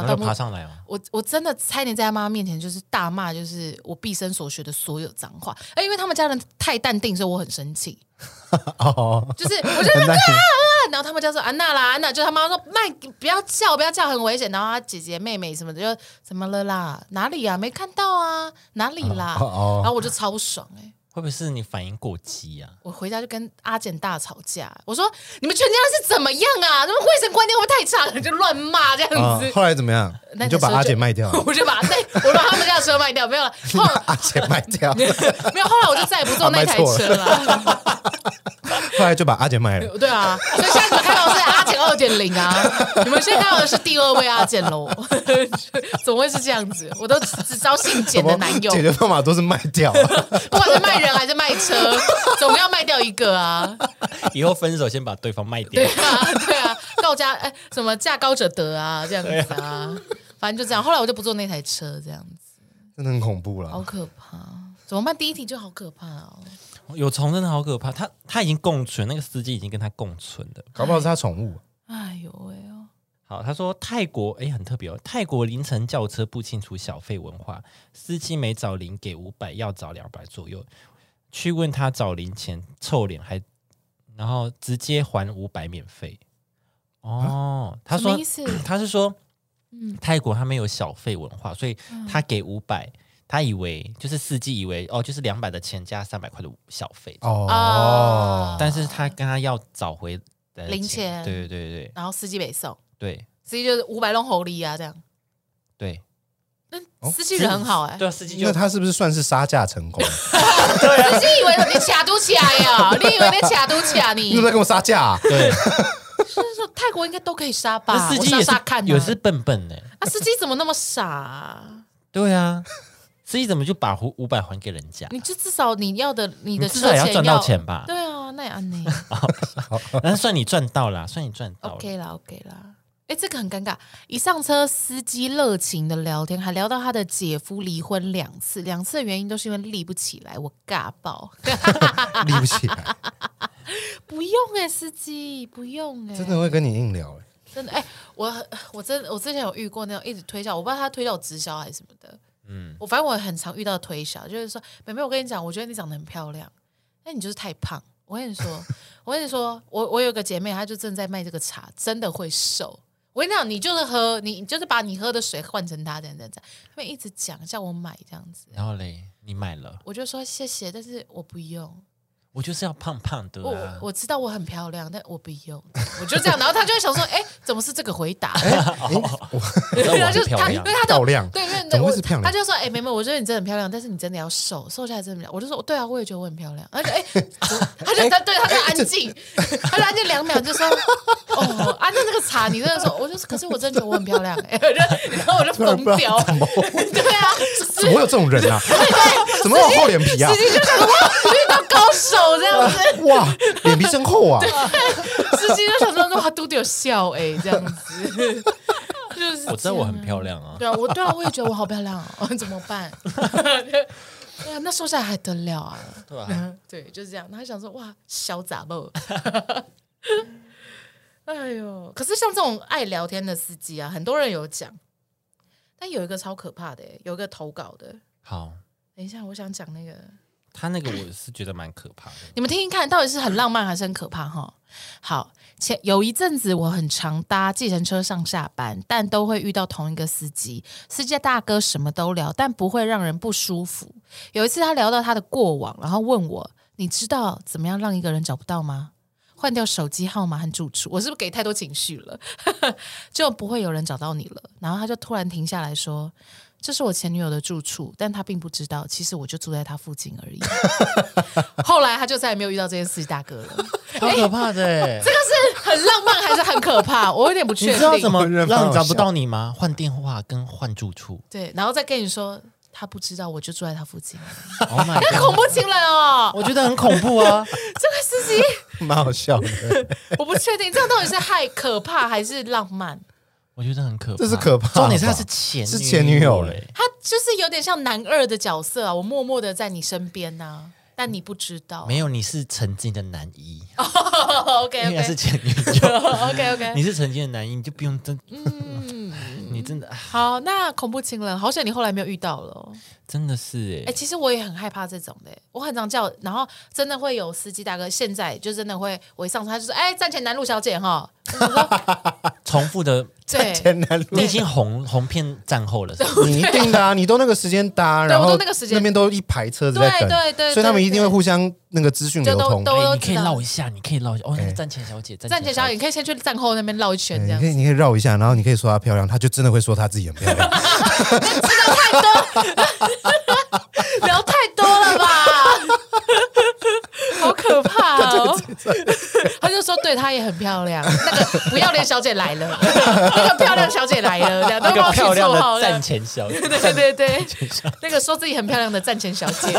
Speaker 1: 然
Speaker 2: 后
Speaker 1: 后
Speaker 2: 到
Speaker 1: 就
Speaker 2: 目
Speaker 1: 爬上来哦。
Speaker 2: 我我真的差点在他妈妈面前就是大骂，就是我毕生所学的所有脏话。哎，因为他们家人太淡定，所以我很生气。
Speaker 3: 哦，
Speaker 2: 就是我就在那边啊啊， 然后他们就说安娜啦，安娜，就他妈说麦不要叫，不要叫，很危险。然后他姐姐妹妹什么的就怎么了啦？哪里啊？没看到啊？哪里啦？
Speaker 3: 哦哦
Speaker 2: 然后我就超不爽哎、
Speaker 1: 会不会是你反应过激啊？
Speaker 2: 我回家就跟阿简大吵架，我说你们全家人是怎么样啊？他们卫生观念会不会太差了？就乱骂这样
Speaker 3: 啊
Speaker 2: 子。
Speaker 3: 后来怎么样？
Speaker 2: 那
Speaker 3: 你就把
Speaker 2: 时候
Speaker 3: 阿姐卖掉 了，
Speaker 2: 我就把对，我把他们家的车卖掉，没有了。后来
Speaker 3: 阿姐卖掉， 啊
Speaker 2: 没有，后来我就再也不坐那一台车了。
Speaker 3: 后来就把阿简卖了。
Speaker 2: 对啊，所以现在你们看到的是阿简二点 零啊，你们现在看到的是第二位阿简喽， 怎么会是这样子？我都只招姓简的男友，
Speaker 3: 解决方法都是卖掉、
Speaker 2: 不管是卖人还是卖车，总要卖掉一个啊。
Speaker 1: 以后分手先把对方卖掉
Speaker 2: 对。啊，对啊，告家哎，什么价高者得啊，这样子啊，反正就这样。后来我就不坐那台车，这样子，
Speaker 3: 真的很恐怖
Speaker 2: 好
Speaker 3: 了。
Speaker 2: 可怕。怎么办？第一题就好可怕哦。
Speaker 1: 有虫真的好可怕，他他已经共存，那个司机已经跟他共存了。
Speaker 3: 搞不好是他宠物，
Speaker 2: 哎呦喂哦，
Speaker 1: 好，他说泰国，哎，很特别哦。泰国凌晨叫车不清楚小费文化，司机没找零给五百，要找两百左右。去问他找零钱，臭脸还，然后直接还五百免费。哦，他
Speaker 2: 什么
Speaker 1: 说
Speaker 2: 意思？ 嗯
Speaker 1: 他是 说，泰国他们有小费文化，所以他给五百、他以为就是司机以为哦，就是两百的钱加三百块的小费，
Speaker 3: 啊哦，
Speaker 1: 但是他跟他要找回的
Speaker 2: 零钱
Speaker 1: 对对对
Speaker 2: 然后司机北送，
Speaker 1: 对对
Speaker 2: 司机就是五百弄猴狸啊，这样。
Speaker 1: 对
Speaker 2: 那司机人很好哎、
Speaker 1: 对啊，哦司机就
Speaker 3: 那他是不是算是杀价成功？
Speaker 2: 司机以为你卡都起来 呀、你以为你卡都起来
Speaker 3: 你
Speaker 2: 你
Speaker 3: 怎？么在跟我杀价 啊？
Speaker 1: 对，
Speaker 2: 就是说泰国应该都可以杀吧？
Speaker 1: 那司机
Speaker 2: 我
Speaker 1: 也
Speaker 2: 杀
Speaker 1: 是
Speaker 2: 杀看、啊，
Speaker 1: 有是笨笨的，
Speaker 2: 啊，司机怎么那么傻、啊？
Speaker 1: 对啊，司机怎么就把五五百还给人家？
Speaker 2: 你就至少你要的你的
Speaker 1: 至
Speaker 2: 车
Speaker 1: 少也要
Speaker 2: 钱
Speaker 1: 赚到钱吧？
Speaker 2: 对啊，那也安内
Speaker 1: 那算你赚到啦，算你赚到了。
Speaker 2: OK 啦，OK 啦。哎，这个很尴尬。一上车，司机热情的聊天，还聊到他的姐夫离婚两次，两次的原因都是因为立不起来，我尬爆。
Speaker 3: 立不起来，
Speaker 2: 不用哎、司机不用哎、
Speaker 3: 真的会跟你硬聊欸。
Speaker 2: 真的哎、我我真我之前有遇过那种一直推销，我不知道他推销我直销还是什么的。嗯，我反正我很常遇到推销，就是说妹妹，我跟你讲，我觉得你长得很漂亮，那你就是太胖。我跟你说，我跟你说，我我有个姐妹，她就正在卖这个茶，真的会瘦。我跟你讲，你就是喝，你你就是把你喝的水换成它，这样这样这样。他们一直讲叫我买这样子，
Speaker 1: 然后嘞，你买了，
Speaker 2: 我就说谢谢，但是我不用。
Speaker 1: 我就是要胖胖的
Speaker 2: 我
Speaker 1: 啊。
Speaker 2: 我知道我很漂亮，但我不用，我就这样。然后他就会想说，哎、怎么是这个回答？
Speaker 1: 你知道我
Speaker 2: 然后
Speaker 1: 很
Speaker 2: 就
Speaker 1: 漂
Speaker 2: 他，因
Speaker 1: 亮
Speaker 2: 为，他的
Speaker 3: 漂亮
Speaker 2: 对，因为
Speaker 3: 怎么会
Speaker 2: 我
Speaker 3: 是漂亮
Speaker 2: 他就说，哎、妹妹，我觉得你真的很漂亮，但是你真的要瘦，瘦下来真的比较。我就说，对啊，我也觉得我很漂亮。而且， 哎、怎么他就他对他就安静，他就安静两秒，就说，哦，啊，那那个茶，你真的说，我就是，可是我真的觉得我很漂亮、哎，我就然后我就
Speaker 3: 突然
Speaker 2: 疯
Speaker 3: 不知
Speaker 2: 掉
Speaker 3: 道，怎么会
Speaker 2: 对啊，
Speaker 3: 怎么会有这种人 啊？ 怎么会有厚脸皮啊
Speaker 2: 司？机就想说，哇，遇到高手这样子。
Speaker 3: 哇，脸皮真厚啊！
Speaker 2: 司机就想说：“哇，都得有笑哎、这样子。” 就是
Speaker 1: 我知道我很
Speaker 2: 亮。
Speaker 1: 漂亮啊。
Speaker 2: 对啊，我对啊，我也 觉得我好漂亮哦，怎么办？对啊，那瘦下来还得了啊？
Speaker 1: 对啊，
Speaker 2: 对，就是这样。他想说：“哇，小杂毛。” 哎呦，可是像这种爱聊天的司机啊，很多人有讲，但有一个超可怕的、欸有一个投稿的。
Speaker 1: 好，
Speaker 2: 等一下，我想讲那个。
Speaker 1: 他那个我是觉得蛮可怕的。
Speaker 2: 你们听听看，到底是很浪漫还是很可怕哈？好，前有一阵子我很常搭计程车上下班，但都会遇到同一个司机。司机大哥什么都聊，但不会让人不舒服。有一次他聊到他的过往，然后问我：“你知道怎么样让一个人找不到吗？”换掉手机号码和住处，我是不是给太多情绪了？ 就不会有人找到你了。然后他就突然停下来说：“这是我前女友的住处，但他并不知道，其实我就住在他附近而已。” 后来他就再也没有遇到这件司机大哥了。
Speaker 1: 好可怕的欸！
Speaker 2: 很浪漫还是很可怕，我有点不
Speaker 1: 你
Speaker 2: 确定。
Speaker 1: 知道怎么
Speaker 3: 我觉得蛮好
Speaker 1: 让你找不
Speaker 3: 笑
Speaker 1: 到你吗？换电话跟换住 处。
Speaker 2: 对，然后再跟你说他不知道，我就住在他附 近，
Speaker 1: Oh my god！
Speaker 2: 那恐怖情人哦。
Speaker 1: 我觉得很恐怖啊。
Speaker 2: 这个司机
Speaker 3: 蛮好笑的，
Speaker 2: 我不确定，这样到底是害可怕还是浪漫？
Speaker 1: 我觉得很可怕，
Speaker 3: 这是可怕吧
Speaker 1: 重点是他是前
Speaker 3: 是前女友欸
Speaker 1: 嘞
Speaker 3: 嘞，
Speaker 2: 他就是有点像男二的角色啊，我默默的在你身边呐、但你不知道。
Speaker 1: 没有，你是曾经的男一，
Speaker 2: 哦 OK
Speaker 1: 应该 是
Speaker 2: OK
Speaker 1: 前女友，
Speaker 2: OK
Speaker 1: 你
Speaker 2: OK。
Speaker 1: 是曾经的男一，你就不用 真，
Speaker 2: 嗯
Speaker 1: 你真的啊
Speaker 2: 好，那恐怖情人，好险你后来没有遇到了哦。
Speaker 1: 真的是
Speaker 2: 哎、
Speaker 1: 哎，
Speaker 2: 其实我也很害怕这种的、欸我很常叫，然后真的会有司机大哥，现在就真的会，我一上车他就说：“哎、站前南路小姐哈。我想说
Speaker 1: 重复的，”
Speaker 2: 对，
Speaker 3: 天南路
Speaker 1: 你已经红红遍战后了，是吧
Speaker 3: 你一定的啊，你都那个时间搭，然
Speaker 2: 我
Speaker 3: 后
Speaker 2: 都那个时间
Speaker 3: 那边都一排车子在等，
Speaker 2: 对对对
Speaker 3: 所以他们一定会互相那个资讯流通
Speaker 2: 就。都
Speaker 1: 哎，
Speaker 2: 都
Speaker 1: 你可以
Speaker 2: 知道
Speaker 1: 绕一下，你可以绕一下，哦，那个
Speaker 3: 哎
Speaker 1: 站前小姐，
Speaker 2: 站前小姐，
Speaker 1: 姐，
Speaker 2: 你可以先去站后那边绕一圈，
Speaker 3: 哎
Speaker 2: 这样
Speaker 3: 你可以，你可以绕一下，然后你可以说她漂亮，她就真的会说她自己很 漂亮。
Speaker 2: 聊太多了吧？好可怕哦！ 对她也很漂亮。那个不要脸小姐来了，那个漂亮小姐来了，两
Speaker 1: 那
Speaker 2: 都
Speaker 1: 个
Speaker 2: 冒起
Speaker 1: 漂亮
Speaker 2: 绰号
Speaker 1: 的
Speaker 2: 了
Speaker 1: 站。前小姐，
Speaker 2: 对对对，那个说自己很漂亮的战前小姐，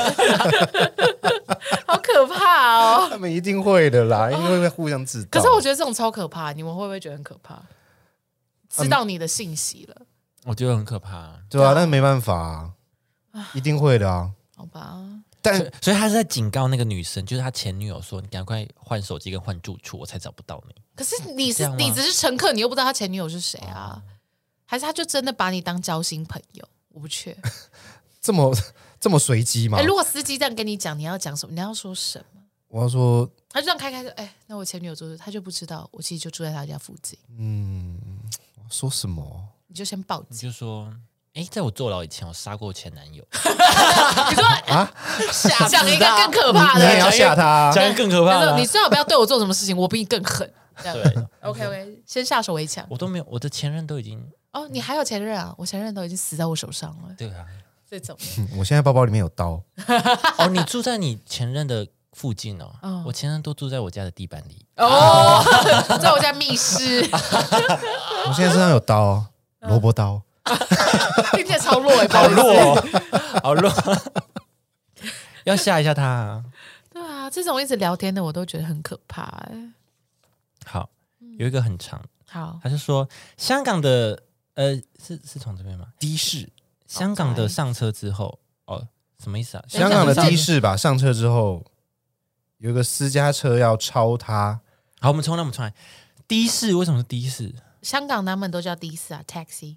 Speaker 2: 好可怕哦！
Speaker 3: 他们一定会的啦，因为会互相制造。
Speaker 2: 可是我觉得这种超可怕，你们会不会觉得很可怕？
Speaker 1: 嗯
Speaker 2: 知道你的信息了，
Speaker 1: 我觉得很可怕。
Speaker 3: 对啊，但没办法啊、一定会的啊。
Speaker 2: 好吧？
Speaker 3: 但
Speaker 1: 所以他是在警告那个女生，就是他前女友说：“你赶快换手机跟换住处，我才找不到你。
Speaker 2: 可是你
Speaker 1: 这
Speaker 2: 是
Speaker 1: 样吗哦
Speaker 2: 你只是乘客，你又不知道他前女友是谁啊？还是他就真的把你当交心朋友？我不 确。
Speaker 3: 这么这么随机嘛
Speaker 2: 哎、？如果司机这样跟你讲，你要讲什么？你要说什么？
Speaker 3: 我要说，
Speaker 2: 他就这样开开说：“哎、那我前女友就是……他就不知道，我其实就住在他家附近。
Speaker 3: 嗯，我要说什么？”
Speaker 2: 你就先报”
Speaker 1: 你
Speaker 2: 警。
Speaker 1: 就说：“哎，在我坐牢以前，我杀过前男友。
Speaker 2: 你说 吓讲一个更可怕
Speaker 3: 你
Speaker 2: 的，
Speaker 3: 也要吓他、啊
Speaker 1: 这？样更可怕
Speaker 2: 他
Speaker 1: 了
Speaker 2: 说你最好不要对我做什么事情，我比你更狠。”这样
Speaker 1: 对，
Speaker 2: OK OK，先下手为强。
Speaker 1: 我都没有，我的前任都已经
Speaker 2: 哦，你还有前任啊？我前任都已经死在我手上了。
Speaker 1: 对啊。
Speaker 2: 这种
Speaker 3: 嗯我现在包包里面有刀，
Speaker 1: 哦，你住在你前任的附近哦。
Speaker 2: 嗯
Speaker 1: 我前任都住在我家的地板里。
Speaker 2: 哦， 在我家密室，
Speaker 3: 我现在身上有刀哦，
Speaker 2: 嗯
Speaker 3: 萝卜刀。
Speaker 2: 听起来超弱哎，不
Speaker 1: 好
Speaker 2: 好意思
Speaker 1: 弱哦， 好弱，要吓一下他、啊。
Speaker 2: 对啊，这种一直聊天的我都觉得很可怕、哎
Speaker 1: 好，有一个很长，
Speaker 2: 好，
Speaker 1: 他是说香港的，呃，是是从这边吗？的士，香港的上车之后，哦，什么意思啊？
Speaker 2: 香
Speaker 3: 香
Speaker 2: 港
Speaker 3: 港
Speaker 2: 的
Speaker 3: 的
Speaker 2: 上
Speaker 3: 的士吧，上车之后有一个私家车要超他，
Speaker 1: 好，我们重来，我们重来。的士为什么是的士？
Speaker 2: 香港他们都叫的士啊，taxi。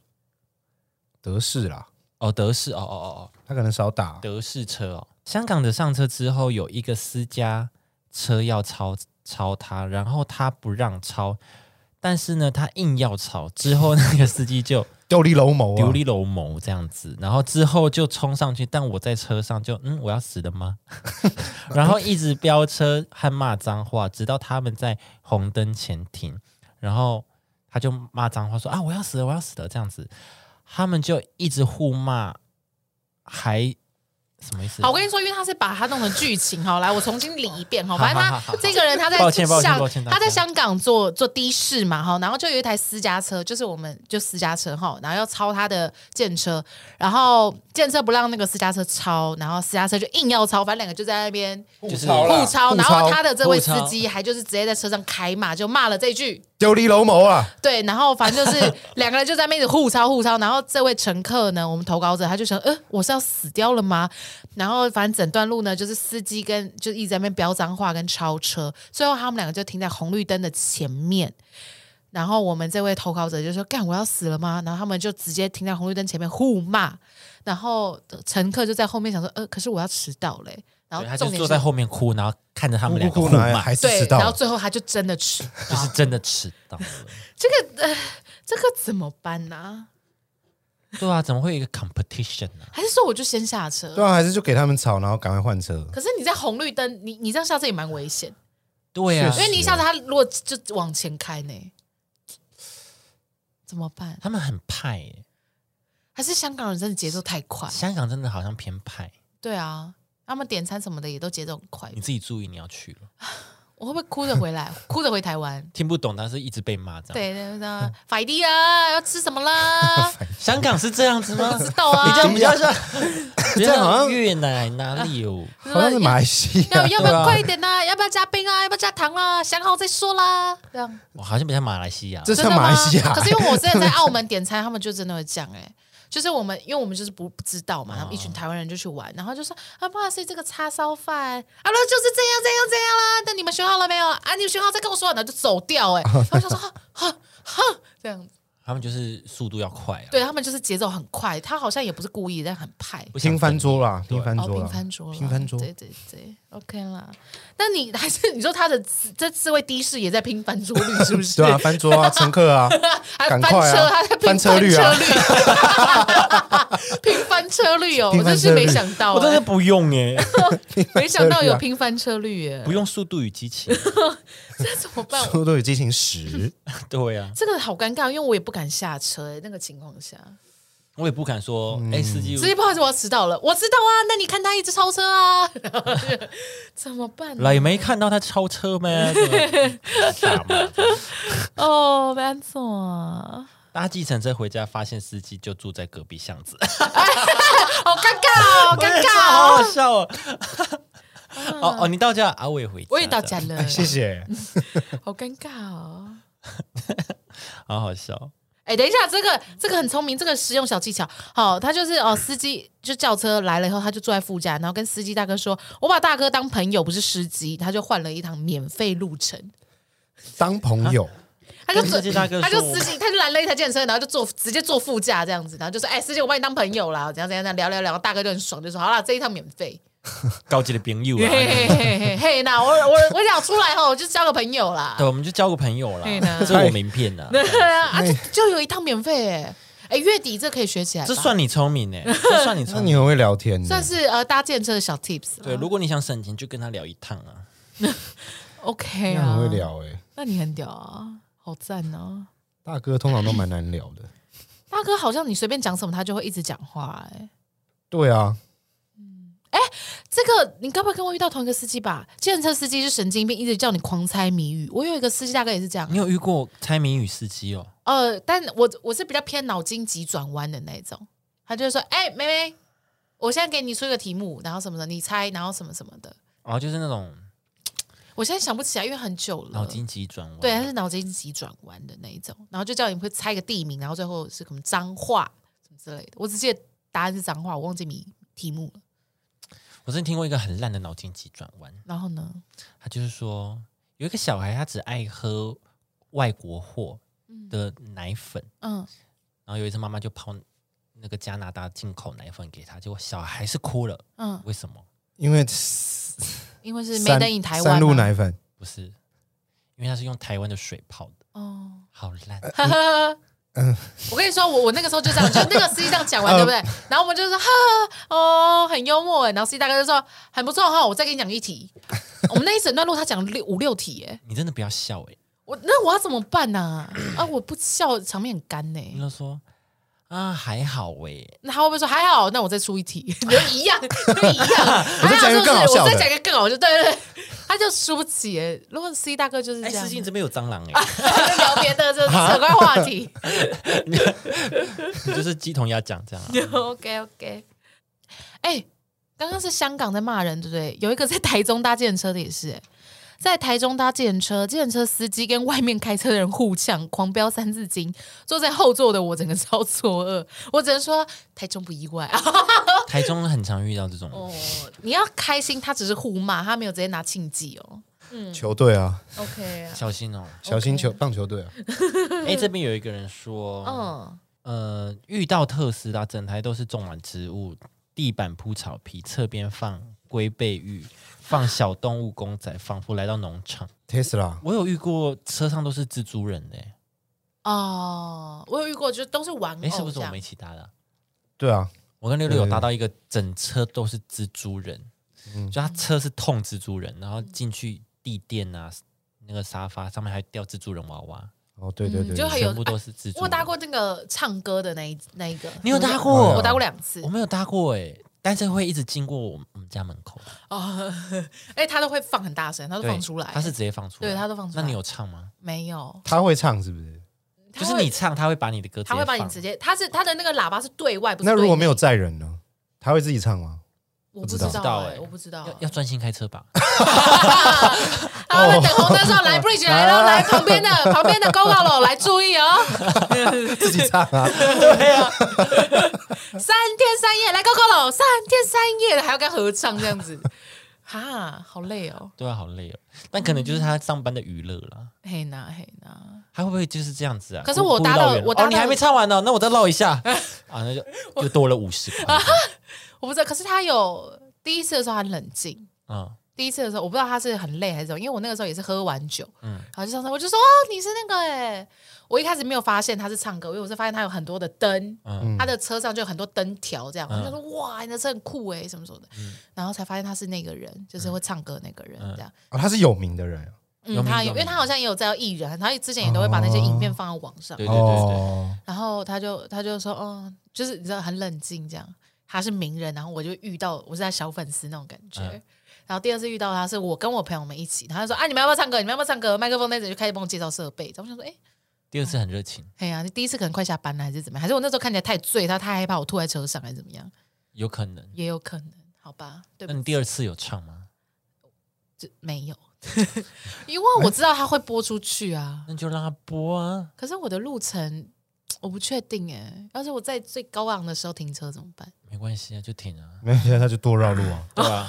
Speaker 3: 德士啦，
Speaker 1: 哦，德士，哦哦哦哦，
Speaker 3: 他可能少打。
Speaker 1: 德士车哦。香港的上车之后，有一个私家车要超超他，然后他不让超，但是呢，他硬要超，之后那个司机就。
Speaker 3: 丢力楼谋
Speaker 1: 琉
Speaker 3: 啊，
Speaker 1: 璃楼谋这样子，然后之后就冲上去，但我在车上就嗯，我要死了 吗？然后一直飙车和骂脏话，直到他们在红灯前停，然后他就骂脏话说啊，我要死了，我要死了这样子，他们就一直互骂，还什么意思？
Speaker 2: 好，我跟你说，因为他是把它弄成剧情，好，来，我重新理一遍哈。反正
Speaker 1: 好好好
Speaker 2: 他
Speaker 1: 好
Speaker 2: 这个人他在
Speaker 1: 抱歉抱歉
Speaker 2: 香
Speaker 1: 抱歉大家
Speaker 2: 他在香港做做的士嘛哈，然后就有一台私家车，就是我们就私家车哈，然后要超他的建车，然后建车不让那个私家车超，然后私家车就硬要超，反正两个就在那边
Speaker 1: 就是
Speaker 2: 互超，然后他的这位
Speaker 1: 互
Speaker 2: 司
Speaker 1: 抄
Speaker 2: 机还就是直接在车上开骂，就骂了这句。
Speaker 3: 丢力楼谋啊，
Speaker 2: 对，然后反正就是 两个人就在那边一直互抄互抄，然后这位乘客呢，我们投稿者他就想，呃，我是要死掉了吗？然后反正整段路呢，就是司机跟就一直在那边飙脏话跟超车，最后他们两个就停在红绿灯的前面。然后我们这位投稿者就说：“干，我要死了吗？”然后他们就直接停在红绿灯前面互骂，然后呃乘客就在后面想说：“呃，可是我要迟到嘞。”然后
Speaker 1: 对他就
Speaker 2: 重点
Speaker 1: 坐
Speaker 2: 是
Speaker 1: 在后面哭，然后看着他们
Speaker 3: 哭
Speaker 1: 两个
Speaker 3: 哭
Speaker 1: 互
Speaker 3: 呢
Speaker 1: 骂，
Speaker 3: 还是
Speaker 2: 对
Speaker 3: 迟，
Speaker 2: 然后
Speaker 3: 到，
Speaker 2: 最后他就真的迟
Speaker 1: 就
Speaker 2: 到
Speaker 1: 是，真的迟到了。
Speaker 2: 这个呃，这个怎么办呢、
Speaker 1: 对啊，怎么会有一个 competition 呢、
Speaker 2: 还是说我就先下车？
Speaker 3: 对啊，还是就给他们吵，然后赶快换车。
Speaker 2: 可是你在红绿灯，你你这样下车也蛮危险，
Speaker 1: 对啊
Speaker 3: 确
Speaker 2: 因
Speaker 3: 实
Speaker 2: 为你一下车，他如果就往前开呢，怎么办？
Speaker 1: 他们很派、欸，
Speaker 2: 还是香港人真的节奏太快？
Speaker 1: 香港真的好像偏派。
Speaker 2: 对啊，他们点餐什么的也都节奏很快
Speaker 1: 你。自己注意你要去了，
Speaker 2: 我会不会哭着 回来？哭着回台湾？
Speaker 1: 听不懂，但是一直被骂这样。，
Speaker 2: 对对对，快点啊！要吃什么啦？
Speaker 1: 香港是这样子 吗？
Speaker 2: 知道
Speaker 1: 啊
Speaker 2: 啊
Speaker 1: 你这样比较像，
Speaker 3: 这样好像
Speaker 1: 越南哪里有？
Speaker 3: 好像是马来西亚，
Speaker 2: 要要不要快一点啊？要不要加冰啊？要不要加糖啊？想好再说啦。这样
Speaker 1: 我好像比较马来西亚。
Speaker 3: 这
Speaker 2: 真
Speaker 3: 像
Speaker 2: 的
Speaker 3: 马
Speaker 2: 吗？
Speaker 3: 来西亚。
Speaker 2: 可是因为我之前在澳门点餐，他们就真的会这样哎、就是我们，因为我们就是不不知道嘛，
Speaker 3: 啊
Speaker 2: 然后一群台湾人就去玩，然后就说啊，不好意思，这个叉烧饭啊，那就是这样这样这样啦。那你们选好了没有啊？你们选好再跟我说，然后就走掉 哎、然后就说哈哈哈这样子，
Speaker 1: 他们就是速度要快啊，
Speaker 2: 对他们就是节奏很快，他好像也不是故意，但很派。
Speaker 1: 不想
Speaker 3: 拼翻桌
Speaker 1: 等
Speaker 3: 啦，拼翻
Speaker 2: 哦，
Speaker 3: 桌
Speaker 2: 平
Speaker 3: 啦，
Speaker 2: 翻桌啦，
Speaker 3: 拼啊翻桌
Speaker 2: 对对对，OK 啦。那你 还是你说他的这四位的士也在拼翻桌率是 不是？
Speaker 3: 对啊，翻桌啊，乘客啊，
Speaker 2: 还翻
Speaker 3: 赶
Speaker 2: 车，
Speaker 3: 快啊
Speaker 2: 还在拼
Speaker 3: 翻车
Speaker 2: 率
Speaker 3: 率啊，
Speaker 2: 拼翻车率 哦，我
Speaker 3: 拼
Speaker 2: 真
Speaker 3: 翻
Speaker 2: 是
Speaker 3: 车
Speaker 2: 没
Speaker 3: 率
Speaker 2: 想到
Speaker 1: 你。我真
Speaker 2: 欸、
Speaker 1: 的不用哎，
Speaker 2: 没想到
Speaker 3: 车率啊啊
Speaker 2: 有拼翻车率耶
Speaker 1: 不，用《速度与激情》。
Speaker 2: 这怎么办？
Speaker 3: 速度与激情十，
Speaker 1: 对啊，
Speaker 2: 这个好尴尬，因为我也不敢下车、欸，那个情况下，
Speaker 1: 我也不敢说，哎、司机，
Speaker 2: 司机不好意思，我要迟到了。我知道啊，那你看他一直超车啊， 然后就怎么办呢、
Speaker 1: 来没看到他超车 吗？傻吗？
Speaker 2: 哦，班总啊，
Speaker 1: 搭计程车回家，发现司机就住在隔壁巷子，
Speaker 2: 好尴尬哦， 尴尬
Speaker 1: 好好
Speaker 2: 哦。
Speaker 1: 笑 哦。哦哦，你到家啊，我也回，
Speaker 2: 我也到家，了，
Speaker 3: 哎谢谢。
Speaker 2: 好尴尬哦。
Speaker 1: 好好笑。
Speaker 2: 哎、等一下，这个这个很聪明，这个实用小技巧。好，他就是哦，司机就叫车来了以后，他就坐在副驾，然后跟司机大哥说：“我把大哥当朋友，不是司机。”他就换了一趟免费路程，
Speaker 3: 当朋友，
Speaker 2: 他就
Speaker 1: 跟
Speaker 2: 坐
Speaker 1: 司机大哥
Speaker 2: 他就
Speaker 1: 说
Speaker 2: 司机，他就拦了一台电车，然后就坐直接坐副驾这样子，然后就说：“哎、司机，我把你当朋友啦，怎样怎样怎样聊聊聊。”大哥就很爽，就说：“好啦，这一趟免费。
Speaker 1: 高级的朋友
Speaker 2: 嘿
Speaker 1: 啊，
Speaker 2: 嘿嘿嘿嘿，那我我我想出来后，我就交个朋友 啦。
Speaker 1: 对，我们就交个朋友啦
Speaker 2: 对呢，
Speaker 1: 这是我名片呐，
Speaker 2: 对 啊，啊就就有一趟免费哎、哎、月底这可以学起来吧，
Speaker 1: 这算你聪 明呢，这算你
Speaker 3: 那
Speaker 1: 聪
Speaker 3: 你
Speaker 1: 明。
Speaker 3: 很会聊天呢，
Speaker 2: 算是呃搭建车的小 tips 啦。
Speaker 1: 对，如果你想省钱，就跟他聊一趟啊。
Speaker 2: OK
Speaker 3: 你
Speaker 2: 啊，
Speaker 3: 很会聊哎。
Speaker 2: 那你很屌啊，好赞哦、
Speaker 3: 大哥通常都蛮难聊的。
Speaker 2: 大哥好像你随便讲什么，他就会一直讲话、哎，
Speaker 3: 对啊，
Speaker 2: 这个你该不会跟我遇到同一个司机吧？计程车司机是神经病，一直叫你狂猜谜语。我有一个司机大哥也是这样
Speaker 1: 你，有遇过猜谜语司机哦？
Speaker 2: 呃，但我我是比较偏脑筋急转弯的那种。他就会说：“哎、妹妹，我现在给你出一个题目，然后什么的，你猜，然后什么什么的。
Speaker 1: 哦，就是那种”
Speaker 2: 我现在想不起来，因为很久了。
Speaker 1: 脑筋急转弯。
Speaker 2: 对，他是脑筋急转弯的那一种，然后就叫你会猜一个地名，然后最后是什么脏话什么之类的。我只记得答案是脏话，我忘记谜题目了。
Speaker 1: 我之前听过一个很烂的脑筋急转弯，
Speaker 2: 然后呢，
Speaker 1: 他就是说有一个小孩，他只爱喝外国货的奶粉，
Speaker 2: 嗯，
Speaker 1: 然后有一次妈妈就泡那个加拿大进口奶粉给他，结果小孩是哭了，
Speaker 2: 嗯，
Speaker 1: 为什么？
Speaker 3: 因为
Speaker 2: 因为是没
Speaker 3: 三
Speaker 2: 等你台湾、啊、
Speaker 3: 三鹿奶粉，
Speaker 1: 不是，因为他是用台湾的水泡的，
Speaker 2: 哦，
Speaker 1: 好烂。
Speaker 2: 哈哈哈。
Speaker 3: 嗯
Speaker 2: 我跟你说，我我那个时候就这样，就那个司机这样讲完，对不对？然后我们就说，哈哈，哦，很幽默哎。然后司机大哥就说，很不错哈，我再给你讲一 题。我们那一整段路他讲了六五六题哎，
Speaker 1: 你真的不要笑哎、
Speaker 2: 我那我要怎么办呢、啊？我不笑，场面很干欸呢、
Speaker 1: 你就说啊还好哎、
Speaker 2: 那他会不会说还好？那我再出一 题，你就一样，就一样。我
Speaker 3: 再讲一个更好笑的
Speaker 2: 我再讲一个更好，我就对对对，他就输不起耶。如果 C 大哥就是
Speaker 1: 哎、
Speaker 2: 这样，
Speaker 1: 司机你 这边有蟑螂哎、
Speaker 2: 他就聊别的，就扯开话 题。
Speaker 1: 你就是鸡同鸭讲 这样啊、
Speaker 2: OK OK，哎、刚刚是香港在骂人，对不对？有一个在台中搭计程车的也是、哎，在台中搭计程车，计程车司机跟外面开车的人互呛，狂飙三字经。坐在后座的我整个超错愕，我只能说台中不意外啊。
Speaker 1: 台中很常遇到这种，
Speaker 2: 哦，你要开心，他只是互骂，他没有直接拿庆忌哦。
Speaker 3: 球队啊，
Speaker 2: OK 啊，
Speaker 1: 小心哦、
Speaker 3: 小心球棒球队啊，
Speaker 1: 哎、这边有一个人说，
Speaker 2: 嗯，
Speaker 1: 呃，遇到特斯拉，整台都是种满植物，地板铺草皮，侧边放龟背玉，放小动物公仔，仿佛来到农场。
Speaker 2: 啊
Speaker 3: Tesla
Speaker 1: 我有遇过车上都是蜘蛛人的、欸，
Speaker 2: 哦，我有遇过，就是都是玩
Speaker 1: 哎、是
Speaker 2: 嗯偶
Speaker 1: 不是
Speaker 2: 这
Speaker 1: 我
Speaker 2: 样
Speaker 1: 们一。起搭的啊、
Speaker 3: 对啊，
Speaker 1: 我跟六六有
Speaker 3: 对
Speaker 1: 搭到一个整车都是蜘蛛人，
Speaker 3: 嗯
Speaker 1: 就他车是痛蜘蛛人，然后进去地垫啊，那个沙发上面还掉蜘蛛人娃娃，
Speaker 3: 哦对对
Speaker 2: 嗯
Speaker 3: 对，
Speaker 2: 就还有哎
Speaker 1: 全部都是蜘蛛人。
Speaker 2: 我有搭，过那个唱歌的那一那一个，
Speaker 1: 你有搭过
Speaker 2: 我搭过两次
Speaker 1: 我没有搭过哎、但是会一直经过我们我们家门口，
Speaker 2: 哦， 哎，他都会放很大声，他都
Speaker 1: 对
Speaker 2: 放出来，
Speaker 1: 他是直接放出来，
Speaker 2: 对他都放出来
Speaker 1: 那你有唱吗？
Speaker 2: 没有，
Speaker 3: 他会唱是不是？
Speaker 2: 他
Speaker 1: 就
Speaker 2: 会
Speaker 1: 是你，唱，他会把你的歌直接
Speaker 2: 他
Speaker 1: 放，
Speaker 2: 会把你直接，他是他的那个喇叭是对外，不是
Speaker 3: 那如果没有
Speaker 2: 对内，
Speaker 3: 载人呢？他会自己唱 吗？
Speaker 2: 我不
Speaker 1: 不
Speaker 2: 知
Speaker 1: 知道
Speaker 2: 道哎，
Speaker 1: 哎
Speaker 2: 我不知道
Speaker 1: 要要专心开车吧？
Speaker 2: 他们等红灯的时候来 bridge 来喽，来旁边的旁边的 GoGo 喽，来注意 哦，
Speaker 3: 自己唱啊，
Speaker 2: 三天三夜来 GoGo 喽，三天三夜还要跟他合唱这样子， 哈，好累哦，
Speaker 1: 对啊，好累哦。但可能就是他上班的娱乐啦。
Speaker 2: 嘿呐嘿呐，
Speaker 1: 他会不会就是这样子啊？
Speaker 2: 可是我
Speaker 1: 故意
Speaker 2: 搭
Speaker 1: 绕
Speaker 2: 到
Speaker 1: 远
Speaker 2: 我
Speaker 1: 路
Speaker 2: 搭
Speaker 1: 哦，你
Speaker 2: 到
Speaker 1: 还没唱完呢，那我再绕一 下啊，那就又多了五十块。
Speaker 2: 我不知道，可是他有第一次的时候很冷静。
Speaker 1: 嗯，
Speaker 2: 第一次的时候，我不知道他是很累还是怎么，因为我那个时候也是喝完酒，
Speaker 1: 嗯
Speaker 2: 然后就上车，我就说哦，你是那个哎、我一开始没有发现他是唱歌，因为我是发现他有很多的灯，
Speaker 1: 嗯
Speaker 2: 他的车上就有很多灯条这样，
Speaker 1: 嗯
Speaker 2: 我就说哇，你的车很酷哎、什么什么的，然后才发现他是那个人，就是会唱歌那个人这样，
Speaker 3: 哦他是有名的人啊，
Speaker 1: 有
Speaker 2: 嗯，
Speaker 1: 名有
Speaker 2: 他有，因为
Speaker 1: 名
Speaker 2: 他好像也有在艺人，他之前也都会把那些影片放在网上，
Speaker 1: 对对对对，
Speaker 3: 哦，
Speaker 2: 然后他就他就说，哦，就是你知道很冷静这样，他是名人，然后我就遇到我是他小粉丝那种感觉。
Speaker 1: 嗯
Speaker 2: 然后第二次遇到他是我跟我朋友们一起，他就说啊，你们要不要唱歌？你们要不要唱歌？麦克风那阵就开始帮我介绍设备。然后我想说，哎、
Speaker 1: 第二次很热情，
Speaker 2: 哎呀，你第一次可能快下班了还是怎么样？还是我那时候看起来太醉，他太害怕我吐在车上还是怎么样？
Speaker 1: 有可能。
Speaker 2: 也有可能，好吧？对
Speaker 1: 那
Speaker 2: 吧？
Speaker 1: 你第二次有唱吗？
Speaker 2: 这没有， 因为我知道他会播出去啊。
Speaker 1: 那就让他播啊。
Speaker 2: 可是我的路程我不确定哎、要是我在最高昂的时候停车怎么办？
Speaker 1: 没关系啊，就停 啊，
Speaker 3: 没有，现在他就多绕路啊。
Speaker 1: 对吧？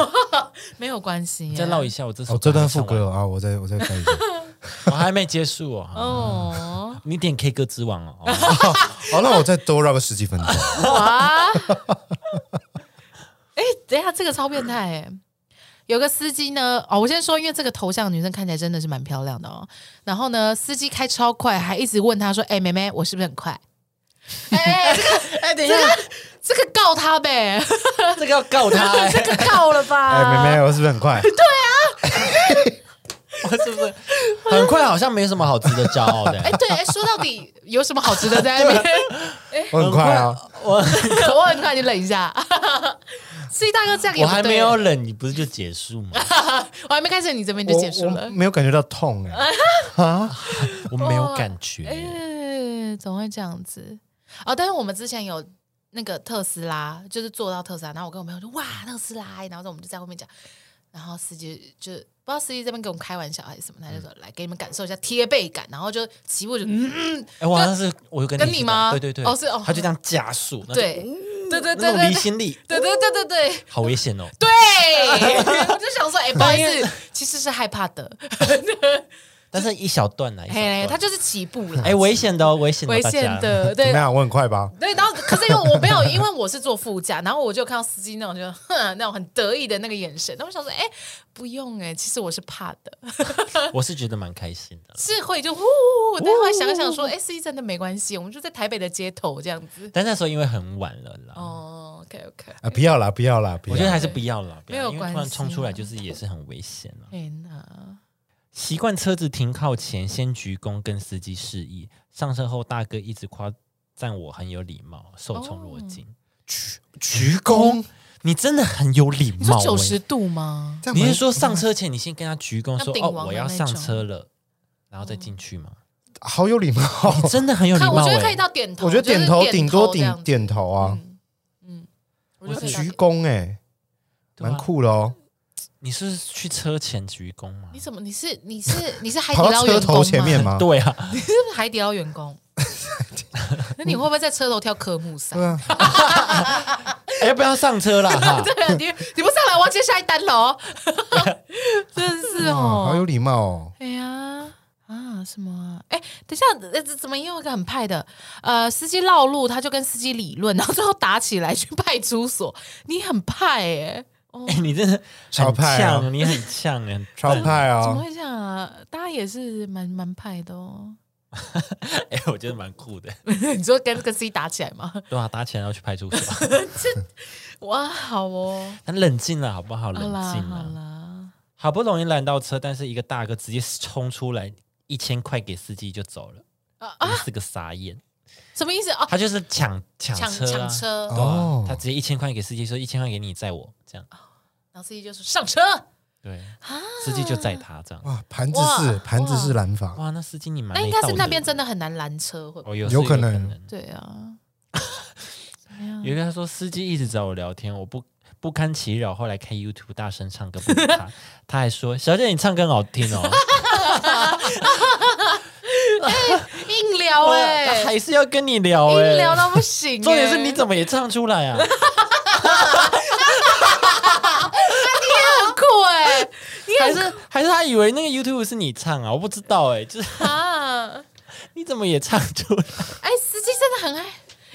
Speaker 2: 没有关系、
Speaker 1: 你
Speaker 2: 欸，
Speaker 1: 再唠一下，我这首
Speaker 3: 哦，这
Speaker 1: 还
Speaker 3: 段
Speaker 1: 没唱
Speaker 3: 副
Speaker 1: 完
Speaker 3: 歌啊，我再我再 看一下。
Speaker 1: 我还没结束哦。
Speaker 2: 哦，
Speaker 1: 你点 K 歌之王哦，
Speaker 3: 好，那我再多绕个十几分 钟。
Speaker 2: 哇！哎，等一下，这个超变态哎、有个司机呢，哦，我先说，因为这个头像的女生看起来真的是蛮漂亮的哦。然后呢，司机开超快，还一直问她说：“哎、妹妹，我是不是很快？” 哎、哎这个
Speaker 1: 哎，等一下，
Speaker 2: 这个告他呗，
Speaker 1: 这个要告他，
Speaker 2: 这个告了吧？
Speaker 3: 哎，妹妹，我是不是 很快？
Speaker 1: 我是不是很快？好像没什么好值得骄傲
Speaker 2: 哎、
Speaker 1: 的。
Speaker 2: 对，哎，说到底有什么好值得在那边？
Speaker 3: 我很快啊。
Speaker 1: 我
Speaker 2: 我很快，你忍一下。 司机大哥这样也
Speaker 1: 我
Speaker 2: 不
Speaker 1: 还没
Speaker 2: 对
Speaker 1: 有，冷，你不是就结束吗？
Speaker 2: 我还没开始，你这边就
Speaker 3: 我
Speaker 2: 结束了
Speaker 3: 我。没有感觉到痛哎、
Speaker 1: 我没有感觉。
Speaker 2: 哦哎、怎么会这样子？哦，但是我们之前有那个特斯拉，就是坐到特斯拉，然后我跟我朋友说哇特斯拉，欸然后我们就在后面讲，然后司机就不知道司机这边跟我们开玩笑还是什么，他就
Speaker 1: 嗯
Speaker 2: 说、来给你们感受一下贴背感，然后就起步就嗯嗯，
Speaker 1: 哎，我好像是我有跟
Speaker 2: 跟
Speaker 1: 一起
Speaker 2: 你
Speaker 1: 打
Speaker 2: 吗
Speaker 1: 对对对，
Speaker 2: 哦是哦
Speaker 1: 他就这样加速，那就
Speaker 2: 对对对对
Speaker 1: 嗯那种离
Speaker 2: 对
Speaker 1: 心力，
Speaker 2: 对对对对对。
Speaker 1: 好危险哦。
Speaker 2: 对，我就想说，哎、不好意思，其实是害怕的。
Speaker 1: 但是一小段呢，啊 一小
Speaker 2: 嘿，
Speaker 1: 段
Speaker 2: 他就是起步了，
Speaker 1: 哎，危险的哦，危险的哦，
Speaker 2: 危
Speaker 1: 大
Speaker 2: 险
Speaker 1: 家。
Speaker 2: 的，
Speaker 3: 怎
Speaker 2: 对
Speaker 3: 么，样？我很快吧？
Speaker 2: 对，然后可是因为我没有，因为我是坐副驾，然后我就看到司机那种就哼那种很得意的那个眼神，那我想说，哎、不用哎、其实我是怕的，
Speaker 1: 我是觉得蛮开心的，
Speaker 2: 是会就呼呼，呼但后来想想
Speaker 3: 哦
Speaker 2: 说，哎、司机真的没关系，我们就在台北的街头这样子。
Speaker 1: 但那时候因为很晚了啦，
Speaker 2: 哦，OK OK，
Speaker 3: 啊，不要啦，不要啦，不要
Speaker 1: 我
Speaker 3: 啦
Speaker 1: 觉得还是不要了，不要
Speaker 2: 没有
Speaker 1: 因为突
Speaker 2: 关
Speaker 1: 然
Speaker 2: 系
Speaker 1: 冲出来
Speaker 2: 啊
Speaker 1: 就是也是很危险啊。
Speaker 2: 天哪，
Speaker 1: 习惯车子停靠前先鞠躬跟司机示意，上车后大哥一直夸赞我很有礼貌，受宠
Speaker 2: 哦
Speaker 1: 若惊。
Speaker 3: 鞠躬，
Speaker 1: 你真的很有礼
Speaker 2: 你说
Speaker 1: 貌、
Speaker 2: 九十
Speaker 1: 欸。
Speaker 2: 度吗？
Speaker 3: 这样
Speaker 1: 你
Speaker 3: 蛮
Speaker 1: 是说上车前你先跟他鞠躬
Speaker 2: 像
Speaker 1: 说
Speaker 2: 顶
Speaker 1: 哦
Speaker 2: 王
Speaker 1: 我
Speaker 2: 的
Speaker 1: 要
Speaker 2: 那
Speaker 1: 上
Speaker 2: 种哦
Speaker 1: 车了，然后再进去吗？
Speaker 3: 好有礼貌？
Speaker 1: 你真的很有礼
Speaker 2: 看，我
Speaker 1: 貌、
Speaker 2: 觉得可以
Speaker 1: 欸。
Speaker 2: 到点头，
Speaker 3: 我觉得点头
Speaker 2: 就是
Speaker 3: 顶多
Speaker 2: 这样
Speaker 3: 顶
Speaker 2: 子，
Speaker 3: 点头啊，
Speaker 2: 嗯嗯，我
Speaker 1: 我
Speaker 2: 觉得可以到点。
Speaker 3: 鞠躬哎，
Speaker 1: 对啊
Speaker 3: 蛮酷的哦。
Speaker 1: 你是去车前鞠躬吗
Speaker 2: 你？怎么？你是你是你是海底
Speaker 3: 跑到
Speaker 2: 捞
Speaker 3: 车
Speaker 2: 员
Speaker 3: 头
Speaker 2: 工
Speaker 3: 前面？吗？
Speaker 1: 对啊，
Speaker 2: 你是不是海底捞员工？ 那你会不会在车头跳科目三
Speaker 3: 对？啊，
Speaker 1: 哎要不要上车啦？ 哈
Speaker 2: 对啊，你你不上来，我要接下一单了 哦。真是
Speaker 3: 哦好有
Speaker 2: 哦，
Speaker 3: 礼貌哦。
Speaker 2: 哎呀啊什么啊？哎，等一下，呃这怎么又有一个很派的？呃，司机绕路，他就跟司机理论，然后最后打起来去派出所。你很派哎、哦，
Speaker 1: 哎、你真的
Speaker 3: 超
Speaker 1: 很
Speaker 3: 派啊
Speaker 1: 呛，你很呛哎、很
Speaker 3: 超派
Speaker 2: 怎么
Speaker 3: 哦，
Speaker 2: 会这样啊？大家也是蛮蛮派的哦。
Speaker 1: 哎、我觉得蛮酷的。
Speaker 2: 你说跟跟司机打起来吗？
Speaker 1: 对啊，打起来要去派出所，
Speaker 2: 哇，好哦，
Speaker 1: 很冷静啊了好不好？冷
Speaker 2: 好啦
Speaker 1: 静
Speaker 2: 好
Speaker 1: 了。
Speaker 2: 啦，
Speaker 1: 好不容易拦到车，但是一个大哥直接冲出来，一千块给司机就走了。
Speaker 2: 啊
Speaker 1: 我们四个傻眼，
Speaker 2: 什么意思哦，
Speaker 1: 他就是抢抢
Speaker 2: 抢
Speaker 1: 车、啊，
Speaker 2: 抢车，
Speaker 1: 对啊
Speaker 3: 哦
Speaker 1: 他直接一千块给司机说一千块给你载我，这样
Speaker 2: 啊然后司机就说上车。
Speaker 1: 对，
Speaker 2: 啊
Speaker 1: 司机就载他这样。
Speaker 3: 哇，盘子式
Speaker 2: 哇
Speaker 3: 盘子式蓝法，
Speaker 1: 哇，那司机你蛮
Speaker 2: 那应
Speaker 1: 没
Speaker 2: 该
Speaker 1: 道
Speaker 2: 是
Speaker 1: 德
Speaker 2: 那边真的很难拦车，会不会？
Speaker 1: 哦，有
Speaker 3: 有
Speaker 1: 有
Speaker 3: 可能
Speaker 1: 能。
Speaker 2: 对啊，嗯
Speaker 1: 有一个他说司机一直找我聊天，我不不堪其扰，后来开 YouTube 大声唱歌不理 他，他还说小姐你唱歌很好听哦，
Speaker 2: 硬聊哎、
Speaker 1: 他哦还是要跟你聊哎、
Speaker 2: 硬聊到不行、欸。
Speaker 1: 重点是你怎么也唱出来 啊？
Speaker 2: 么酷哎、
Speaker 1: 还是还是他以为那个 YouTube 是你唱啊？我不知道哎、就是
Speaker 2: 啊！
Speaker 1: 你怎么也唱出来？
Speaker 2: 哎、司机真的很爱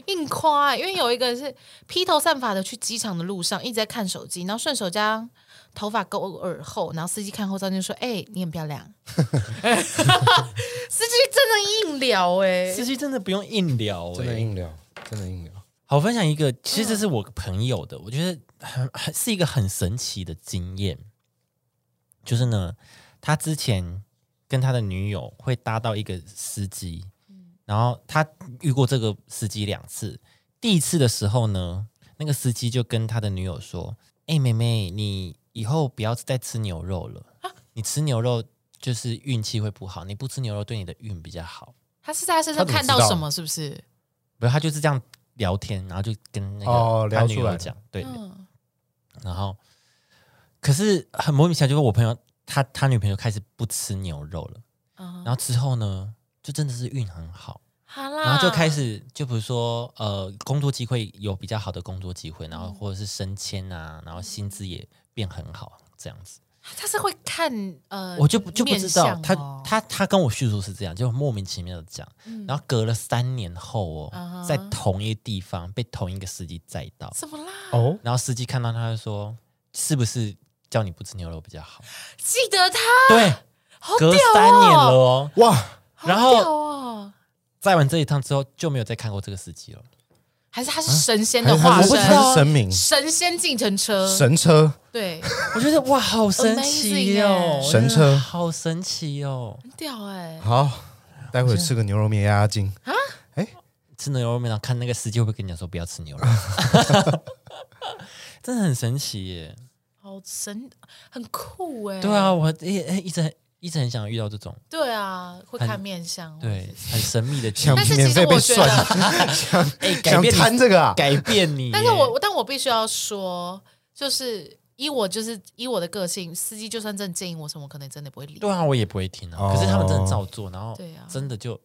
Speaker 2: 硬夸、欸，因为有一个是披头散发的去机场的路上一直在看手机，然后顺手将头发勾耳后，然后司机看后照镜说：“哎、你很漂亮。”司机真的硬聊哎、
Speaker 1: 司机真的不用硬聊哎、
Speaker 3: 真的硬聊，真的硬聊。
Speaker 1: 好，我分享一个，其实这是我朋友的，我觉得很很是一个很神奇的经验，就是呢，他之前跟他的女友会搭到一个司机，然后他遇过这个司机两次。第一次的时候呢，那个司机就跟他的女友说：“哎、妹妹，你以后不要再吃牛肉了，你吃牛肉就是运气会不好，你不吃牛肉对你的运比较好。
Speaker 2: 他是在他身上
Speaker 3: 他怎么
Speaker 2: 看
Speaker 3: 知
Speaker 2: 到
Speaker 3: 道
Speaker 2: 什么？是不是？”
Speaker 1: 不是，他就是这样聊天，然后就跟那
Speaker 3: 哦
Speaker 1: 个他
Speaker 3: 聊
Speaker 1: 女
Speaker 3: 出
Speaker 1: 友
Speaker 3: 来
Speaker 1: 讲，对，
Speaker 2: 嗯，
Speaker 1: 然后，可是很莫名其妙，就是我朋友他他女朋友开始不吃牛肉了，
Speaker 2: 然
Speaker 1: 然后之后呢，就真的是运很好，
Speaker 2: 嗯好啦，
Speaker 1: 然后就开始就比如说呃，工作机会有比较好的工作机会，然
Speaker 2: 嗯
Speaker 1: 后或者是升迁啊，然后薪资也变很好这样子，
Speaker 2: 他是会看呃，
Speaker 1: 我就不就不知道
Speaker 2: 面
Speaker 1: 他
Speaker 2: 相哦
Speaker 1: 他他跟我叙述是这样，就莫名其妙的讲，然后隔了三年后
Speaker 2: 嗯
Speaker 1: 哦，
Speaker 2: 哼
Speaker 1: 在同一个地方被同一个司机载到，
Speaker 2: 怎么啦？
Speaker 3: 哦，
Speaker 1: 然后司机看到他就说，是不是叫你不吃牛肉比较好？
Speaker 2: 记得他
Speaker 1: 对，
Speaker 2: 啊好屌
Speaker 1: 隔三年了哦。
Speaker 3: 哇，
Speaker 2: 好
Speaker 1: 然后
Speaker 2: 屌哦，
Speaker 1: 载完这一趟之后就没有再看过这个司机了。
Speaker 2: 还是他是神仙
Speaker 3: 还
Speaker 2: 的
Speaker 3: 是
Speaker 2: 化
Speaker 3: 他
Speaker 1: 啊我不
Speaker 3: 是
Speaker 1: 知道
Speaker 2: 身，呃
Speaker 3: 他是神明
Speaker 2: 神仙计程车，
Speaker 3: 神车，
Speaker 2: 对，
Speaker 1: 我觉得哇，好神奇哦
Speaker 2: Amazing，耶
Speaker 3: 神车
Speaker 1: 好神奇哦！
Speaker 2: 很屌哎，
Speaker 3: 好，待会儿吃个牛肉面压压惊。
Speaker 1: 吃牛肉面，然后看那个司机会不会跟你讲说不要吃 牛肉，真的很神奇耶。
Speaker 2: 好神，很酷哎，
Speaker 1: 对啊，，我一一直很一直很想遇到这种
Speaker 2: 对啊，会
Speaker 1: 很
Speaker 2: 看面相，
Speaker 1: 对很神秘的经历
Speaker 3: 想
Speaker 2: 但是其
Speaker 3: 免
Speaker 2: 实
Speaker 3: 费被
Speaker 2: 我觉
Speaker 3: 算，
Speaker 2: 得，
Speaker 1: 哎，改
Speaker 3: 想
Speaker 1: 变
Speaker 3: 贪
Speaker 1: 你，
Speaker 3: 这个啊？
Speaker 1: 改变你耶。
Speaker 2: 但是我但我必须要说，就是以我就是以我的个性，司机就算真的建议我什么，我可能真的不会理。
Speaker 1: 对啊，我也不会听啊。
Speaker 3: 哦
Speaker 1: 可是他们真的照做，然后
Speaker 2: 对啊
Speaker 1: 真的就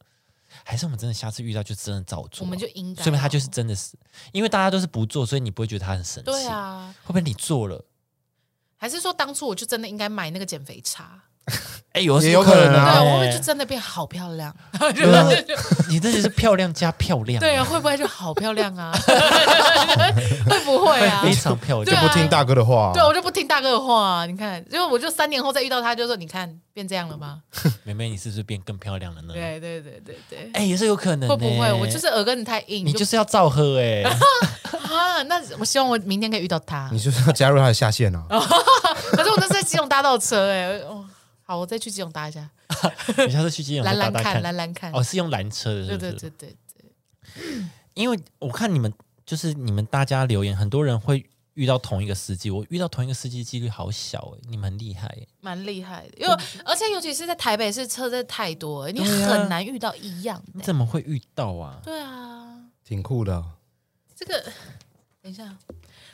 Speaker 1: 还是我们真的下次遇到就真的照做啊，
Speaker 2: 我们就应该
Speaker 1: 说明他就是
Speaker 2: 要
Speaker 1: 真的是，因为大家都是不做，所以你不会觉得他很神奇。
Speaker 2: 对，啊，
Speaker 1: 会不会你做了？
Speaker 2: 还是说当初我就真的应该买那个减肥茶？
Speaker 1: 哎，有
Speaker 3: 也有可能
Speaker 2: 对
Speaker 3: 啊
Speaker 2: 啊，
Speaker 1: 欸
Speaker 2: 我会不会就真的变好漂亮？
Speaker 1: 你这就是漂亮加漂亮，
Speaker 2: 对啊，会不会就好漂亮啊？ 会不会啊？
Speaker 1: 非常漂
Speaker 2: 对
Speaker 1: 亮。
Speaker 2: 啊
Speaker 3: 不听大哥的话
Speaker 2: 对，，我啊就不听大哥的话、啊你看，因为我就三年后再遇到他，就说你看变这样了吗？
Speaker 1: 妹妹，你是不是变更漂亮了呢？
Speaker 2: 对对对对对，
Speaker 1: 哎，也是有可能欸。
Speaker 2: 会不会我就是耳根子太硬？
Speaker 1: 你就是要照喝 哎，
Speaker 2: 啊，那我希望我明天可以遇 到他
Speaker 3: 你。就是要加入他的下线啊！
Speaker 2: 哦可是我那是在基隆搭到车哎、哦，好，我再去基隆搭一下，
Speaker 1: 你下次去基隆
Speaker 2: 蓝
Speaker 1: 搭
Speaker 2: 蓝
Speaker 1: 搭
Speaker 2: 看，
Speaker 1: 看。
Speaker 2: 蓝蓝看。
Speaker 1: 哦，是用蓝车的，是
Speaker 2: 对
Speaker 1: 不
Speaker 2: 对
Speaker 1: 是？
Speaker 2: 对对对，
Speaker 1: 因为我看你们就是你们大家留言，很多人会遇到同一个司机，我遇到同一个司机几率好小哎，你们很厉害哎。
Speaker 2: 蛮厉害的。因为而且尤其是在台北市，车真的太多了，你
Speaker 1: 对啊
Speaker 2: 很难遇到一样
Speaker 1: 你
Speaker 2: 的、
Speaker 1: 怎么会遇到啊？
Speaker 2: 对啊，
Speaker 3: 挺酷的啊，
Speaker 2: 这个等一下，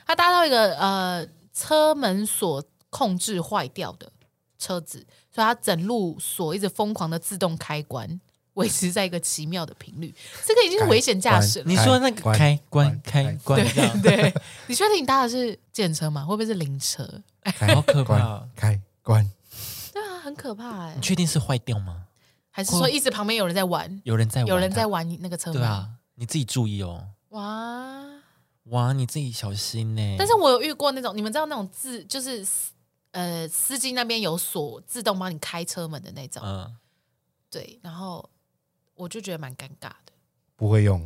Speaker 2: 他搭到一个呃车门锁控制坏掉的车子，所以他整路锁一直疯狂的自动开关，维持在一个奇妙的频率。这个已经是危险驾驶了。
Speaker 1: 你说那个开
Speaker 3: 开
Speaker 1: 关
Speaker 3: 关
Speaker 1: 开关这样，
Speaker 2: 对，你确定你搭的是电车吗？会不会是灵车？
Speaker 3: 开
Speaker 1: 好可怕
Speaker 3: 关
Speaker 1: 啊！
Speaker 3: 开关，
Speaker 2: 对啊，很可怕哎、
Speaker 1: 你确定是坏掉吗？
Speaker 2: 还是说一直旁边有人在玩，
Speaker 1: 有人在玩它，啊
Speaker 2: 有人在玩那个车门？
Speaker 1: 对啊，你自己注意哦。
Speaker 2: 哇！
Speaker 1: 哇，你自己小心呢、欸
Speaker 2: 但是我有遇过那种，你们知道那种自就是呃司机那边有锁自动帮你开车门的那种，
Speaker 1: 嗯，
Speaker 2: 对，然后我就觉得蛮尴尬的。
Speaker 3: 不会用，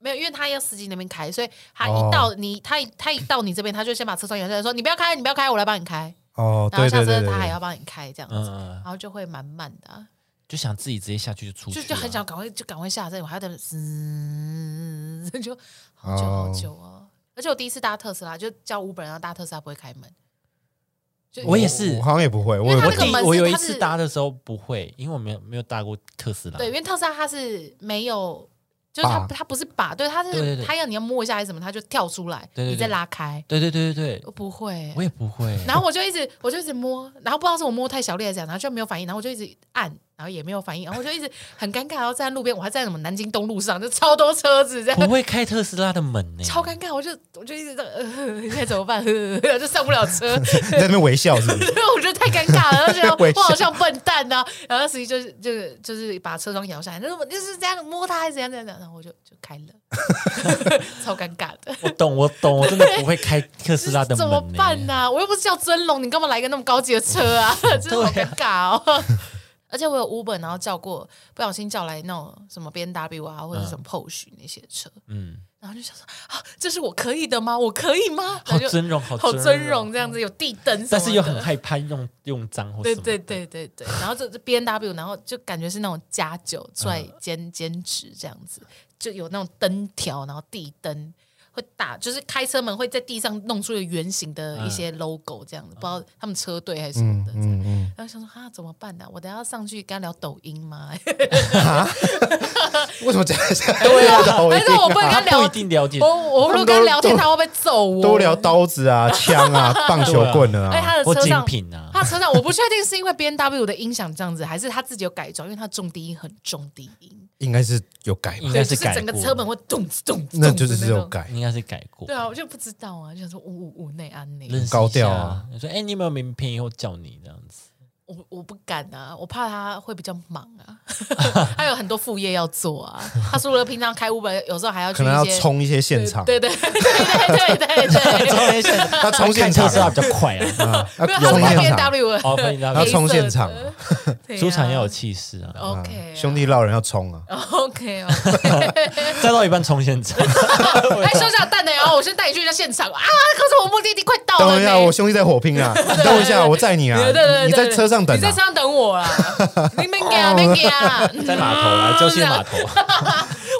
Speaker 2: 没有，因为他要司机那边开，所以他
Speaker 3: 哦
Speaker 2: 一到你，他一他一到你这边，他就先把车窗摇下来，说：“你不要开，你不要开，我来帮你开。”
Speaker 3: 哦，
Speaker 2: 然后
Speaker 3: 对
Speaker 2: 下
Speaker 3: 对对
Speaker 2: 车
Speaker 3: 对
Speaker 2: 他还
Speaker 3: 对，
Speaker 2: 要帮你开，这样子，
Speaker 1: 嗯嗯嗯
Speaker 2: 然后就会蛮慢的啊、
Speaker 1: 就想自己直接下去就出去
Speaker 2: 就
Speaker 1: 了，
Speaker 2: 就
Speaker 3: 啊
Speaker 2: 很想赶快就赶快下车，我还要等，嗯，就好久好久哦。而且我第一次搭特斯拉，就叫 Uber，然后搭特斯拉不会开门，就
Speaker 1: 我也是
Speaker 3: 我好像也不会，我也
Speaker 2: 因为
Speaker 3: 不
Speaker 1: 我
Speaker 2: 他那个
Speaker 1: 第
Speaker 2: 门是
Speaker 1: 我有一
Speaker 2: 它
Speaker 1: 次
Speaker 2: 是
Speaker 1: 搭的时候不会，因为我没有没有搭过特斯拉，
Speaker 2: 对，因为特斯拉它是没有，就是它
Speaker 3: 把
Speaker 2: 它不是把，对，它是
Speaker 1: 对对对
Speaker 2: 它要你要摸一下还是什么，它就跳出来，
Speaker 1: 对对对
Speaker 2: 你再拉开，
Speaker 1: 对对对对对
Speaker 2: 我不会
Speaker 1: 我。也不会。
Speaker 2: 然后我就一直，我就一直摸，然后不知道是我摸太小力还是怎样，然后就没有反应，然后我就一直按，然后也没有反应，然后我就一 直很尴尬，然后站在路边，我还站在什么南京东路上，就超多车子这样，
Speaker 1: 不会开特斯拉的门欸呢、
Speaker 2: 超尴尬，我就我就一直在，呃， 现在怎么办？呃，我就上不了 车，
Speaker 3: 你在那边微笑是 不是？
Speaker 2: 因为我觉得太尴尬了，然后觉
Speaker 3: 微
Speaker 2: 得我
Speaker 3: 笑
Speaker 2: 好像笨蛋呐、然后司机就是就是就是把车窗摇下来，那我就是这样摸他，怎样怎样，怎样然后我就就开了， 超尴尬 的。
Speaker 1: 我懂，我懂，我真的不会开特斯拉的
Speaker 2: 怎
Speaker 1: 门、欸
Speaker 2: 么
Speaker 1: 呢。
Speaker 2: 办呢、我又不是叫尊龙，你干嘛来一个那么高级的 车啊？真的好尴尬哦。 而且我有 Uber，然后叫过，不小心叫来那种什么 B N W 啊，或者是什么 Porsche 那些车，
Speaker 1: 嗯，
Speaker 2: 然后就想说啊，这是我可以的吗？我可以吗？
Speaker 1: 好
Speaker 2: 然后就
Speaker 1: 尊荣，好
Speaker 2: 好尊
Speaker 1: 尊
Speaker 2: 荣，这样子，有地灯什么的，
Speaker 1: 但是又很害怕用用脏或
Speaker 2: 对
Speaker 1: 什么。
Speaker 2: 对，对对对，然后这这 B N W，然后就感觉是那种加酒
Speaker 1: 嗯
Speaker 2: 出来兼兼职这样子，就有那种灯条，然后地灯会打，就是开车门会在地上弄出一个圆形的一
Speaker 1: 嗯
Speaker 2: 些 logo 这样子，不知道他们车队还是什么
Speaker 3: 嗯
Speaker 2: 的。
Speaker 3: 嗯嗯，
Speaker 2: 然后想说啊，怎么办呢、我等一下要上去跟他聊抖音吗？
Speaker 3: 为什么讲一下？对
Speaker 2: 还是我不能跟啊
Speaker 1: 他
Speaker 2: 他
Speaker 1: 不
Speaker 2: 聊
Speaker 1: 一？定了解
Speaker 2: 我 我如果跟他聊天，他会不会揍我？
Speaker 3: 都聊刀子 啊、枪啊、棒球棍了
Speaker 2: 哎，
Speaker 3: 啊，
Speaker 2: 他的
Speaker 1: 或
Speaker 2: 车
Speaker 1: 精
Speaker 2: 上，
Speaker 1: 品啊。
Speaker 2: 他车上我不确定是因为 B N W 的音响这样子，还是他自己有改装，因为他重低音很重低音。
Speaker 3: 应该是有改吧
Speaker 1: 应？
Speaker 2: 对，
Speaker 1: 该
Speaker 2: 就是
Speaker 1: 改
Speaker 2: 整个
Speaker 1: 过
Speaker 2: 车门会咚子咚子，
Speaker 3: 那
Speaker 2: 咚
Speaker 3: 就
Speaker 2: 子
Speaker 3: 是
Speaker 2: 嗯那
Speaker 3: 有
Speaker 2: 种。
Speaker 3: 改。
Speaker 1: 应该是改过，
Speaker 2: 对啊，我就不知道啊，就想说五五五内安内，
Speaker 1: 认识一下
Speaker 3: 高调啊。
Speaker 1: 你说，哎，你有没有名片？以后叫你这样子。
Speaker 2: 我我不敢啊，我怕他会比较忙啊，他有很多副业要做啊。他除了平常开 Uber，有时候还要去
Speaker 3: 可能要
Speaker 2: 一些
Speaker 3: 冲一些现场，
Speaker 2: 对对对对对对对对，
Speaker 3: 他冲现场
Speaker 1: 开特斯拉比较快啊。
Speaker 3: 啊，要
Speaker 2: 没有他
Speaker 3: 冲
Speaker 2: 是开
Speaker 3: 现
Speaker 2: B
Speaker 3: 场，
Speaker 2: W
Speaker 1: 哦，欢迎大
Speaker 3: 要
Speaker 1: 家
Speaker 2: 黑色
Speaker 3: 冲现场
Speaker 2: 的，对啊
Speaker 1: 出场要有气势啊！
Speaker 2: OK 啊
Speaker 3: 兄弟闹人要冲啊！
Speaker 2: OK 哦。
Speaker 1: 再到一半冲现场，
Speaker 2: 哎，收下蛋的，然后我先带你去一下现场啊！可是我目的地快到了
Speaker 3: 等
Speaker 2: 呢，
Speaker 3: 一下，我兄弟在火拼啊！你等我一下，我载你啊！
Speaker 2: 对对对，对
Speaker 3: 你在车上等
Speaker 2: 你在
Speaker 3: 啊
Speaker 2: 车！上等我啦，你别给啊，别给啊，
Speaker 1: 在码头啊，礁溪的码头，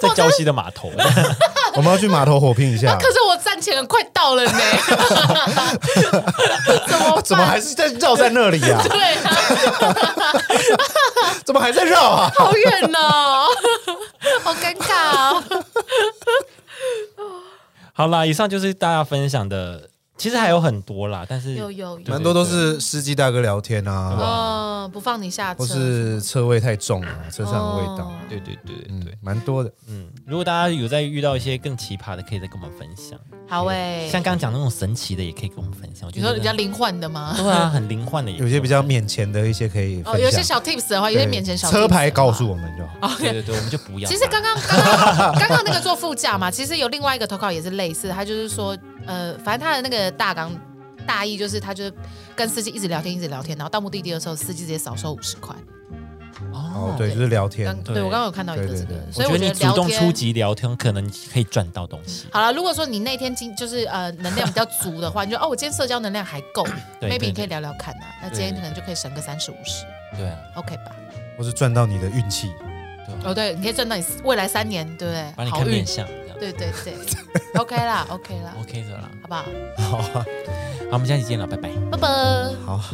Speaker 1: 在礁溪的码头，
Speaker 3: 我们要去码头火拼一下
Speaker 2: 啊可，是我站前了，快到 了呢，怎么办
Speaker 3: 怎么还是在绕在 那里啊？
Speaker 2: 对啊，
Speaker 3: 怎么还在绕啊？
Speaker 2: 好远 哦，好尴尬哦。
Speaker 1: 好啦，以上就是大家分享的，其实还有很多啦，但是
Speaker 2: 有有有
Speaker 1: 对
Speaker 3: 蛮多都是司机大哥聊天啊，
Speaker 2: 哦，不放你下车
Speaker 3: 或，是车味太重啊，车上的味道，
Speaker 1: 哦对对对对对
Speaker 3: 嗯，蛮多的。
Speaker 1: 嗯，如果大家有在遇到一些更奇葩的，可以再跟我们分享，
Speaker 2: 好诶。
Speaker 1: 像刚刚讲那种神奇的，也可以跟我们分享。我觉
Speaker 2: 你
Speaker 1: 得
Speaker 2: 说人家灵幻的吗？
Speaker 1: 对啊，很灵幻的也可以，
Speaker 3: 有些比较免钱的一些可以
Speaker 2: 哦，
Speaker 3: 分
Speaker 2: 有一些
Speaker 3: 享，
Speaker 2: 小 tips 的话，有
Speaker 3: 对
Speaker 2: 些免钱小啊 tips 的
Speaker 3: 车
Speaker 2: 话
Speaker 3: 牌告诉我啊们就好。
Speaker 1: 对 对对，我们就不要。
Speaker 2: 其实刚刚刚刚刚刚那个坐副驾嘛，其实有另外一个投稿也是类似，他就是说，呃，反正他的那个大纲大意就是他就是跟司机一直聊天一直聊天，然后到目的地的时候，司机直接少收五十块。
Speaker 3: 哦
Speaker 1: 哦，，
Speaker 3: 对，就是聊天
Speaker 2: 刚，
Speaker 1: 对
Speaker 2: 对我刚刚有看到一个这
Speaker 3: 对对
Speaker 2: 个，
Speaker 3: 对
Speaker 1: 我
Speaker 2: 所以
Speaker 1: 觉得
Speaker 2: 我觉
Speaker 1: 你
Speaker 2: 得
Speaker 1: 主
Speaker 2: 聊
Speaker 1: 动出
Speaker 2: 天。
Speaker 1: 击聊天，可能可以赚到东西。
Speaker 2: 好了，如果说你那天今就是呃能量比较足的话，你就哦我今天社交能量还够
Speaker 1: 对对
Speaker 2: ，maybe 你可
Speaker 1: 对
Speaker 2: 以聊聊看啊，那
Speaker 1: 对
Speaker 2: 今天
Speaker 1: 对
Speaker 2: 可能就可以省个三十五十
Speaker 1: 对啊，
Speaker 2: ，OK 吧？
Speaker 3: 或是赚到你的运气。
Speaker 2: 哦对，你可以赚到你未来三年，对不
Speaker 1: 把
Speaker 2: 对？
Speaker 1: 你
Speaker 2: 好
Speaker 1: 看
Speaker 2: 运
Speaker 1: 面，相这样
Speaker 2: 对对对，OK 啦，OK 啦，
Speaker 1: ，OK 的啦。
Speaker 2: 好不好？
Speaker 3: 好啊，
Speaker 1: 好，我们下期见了，拜拜。
Speaker 2: 拜拜。
Speaker 3: 好啊。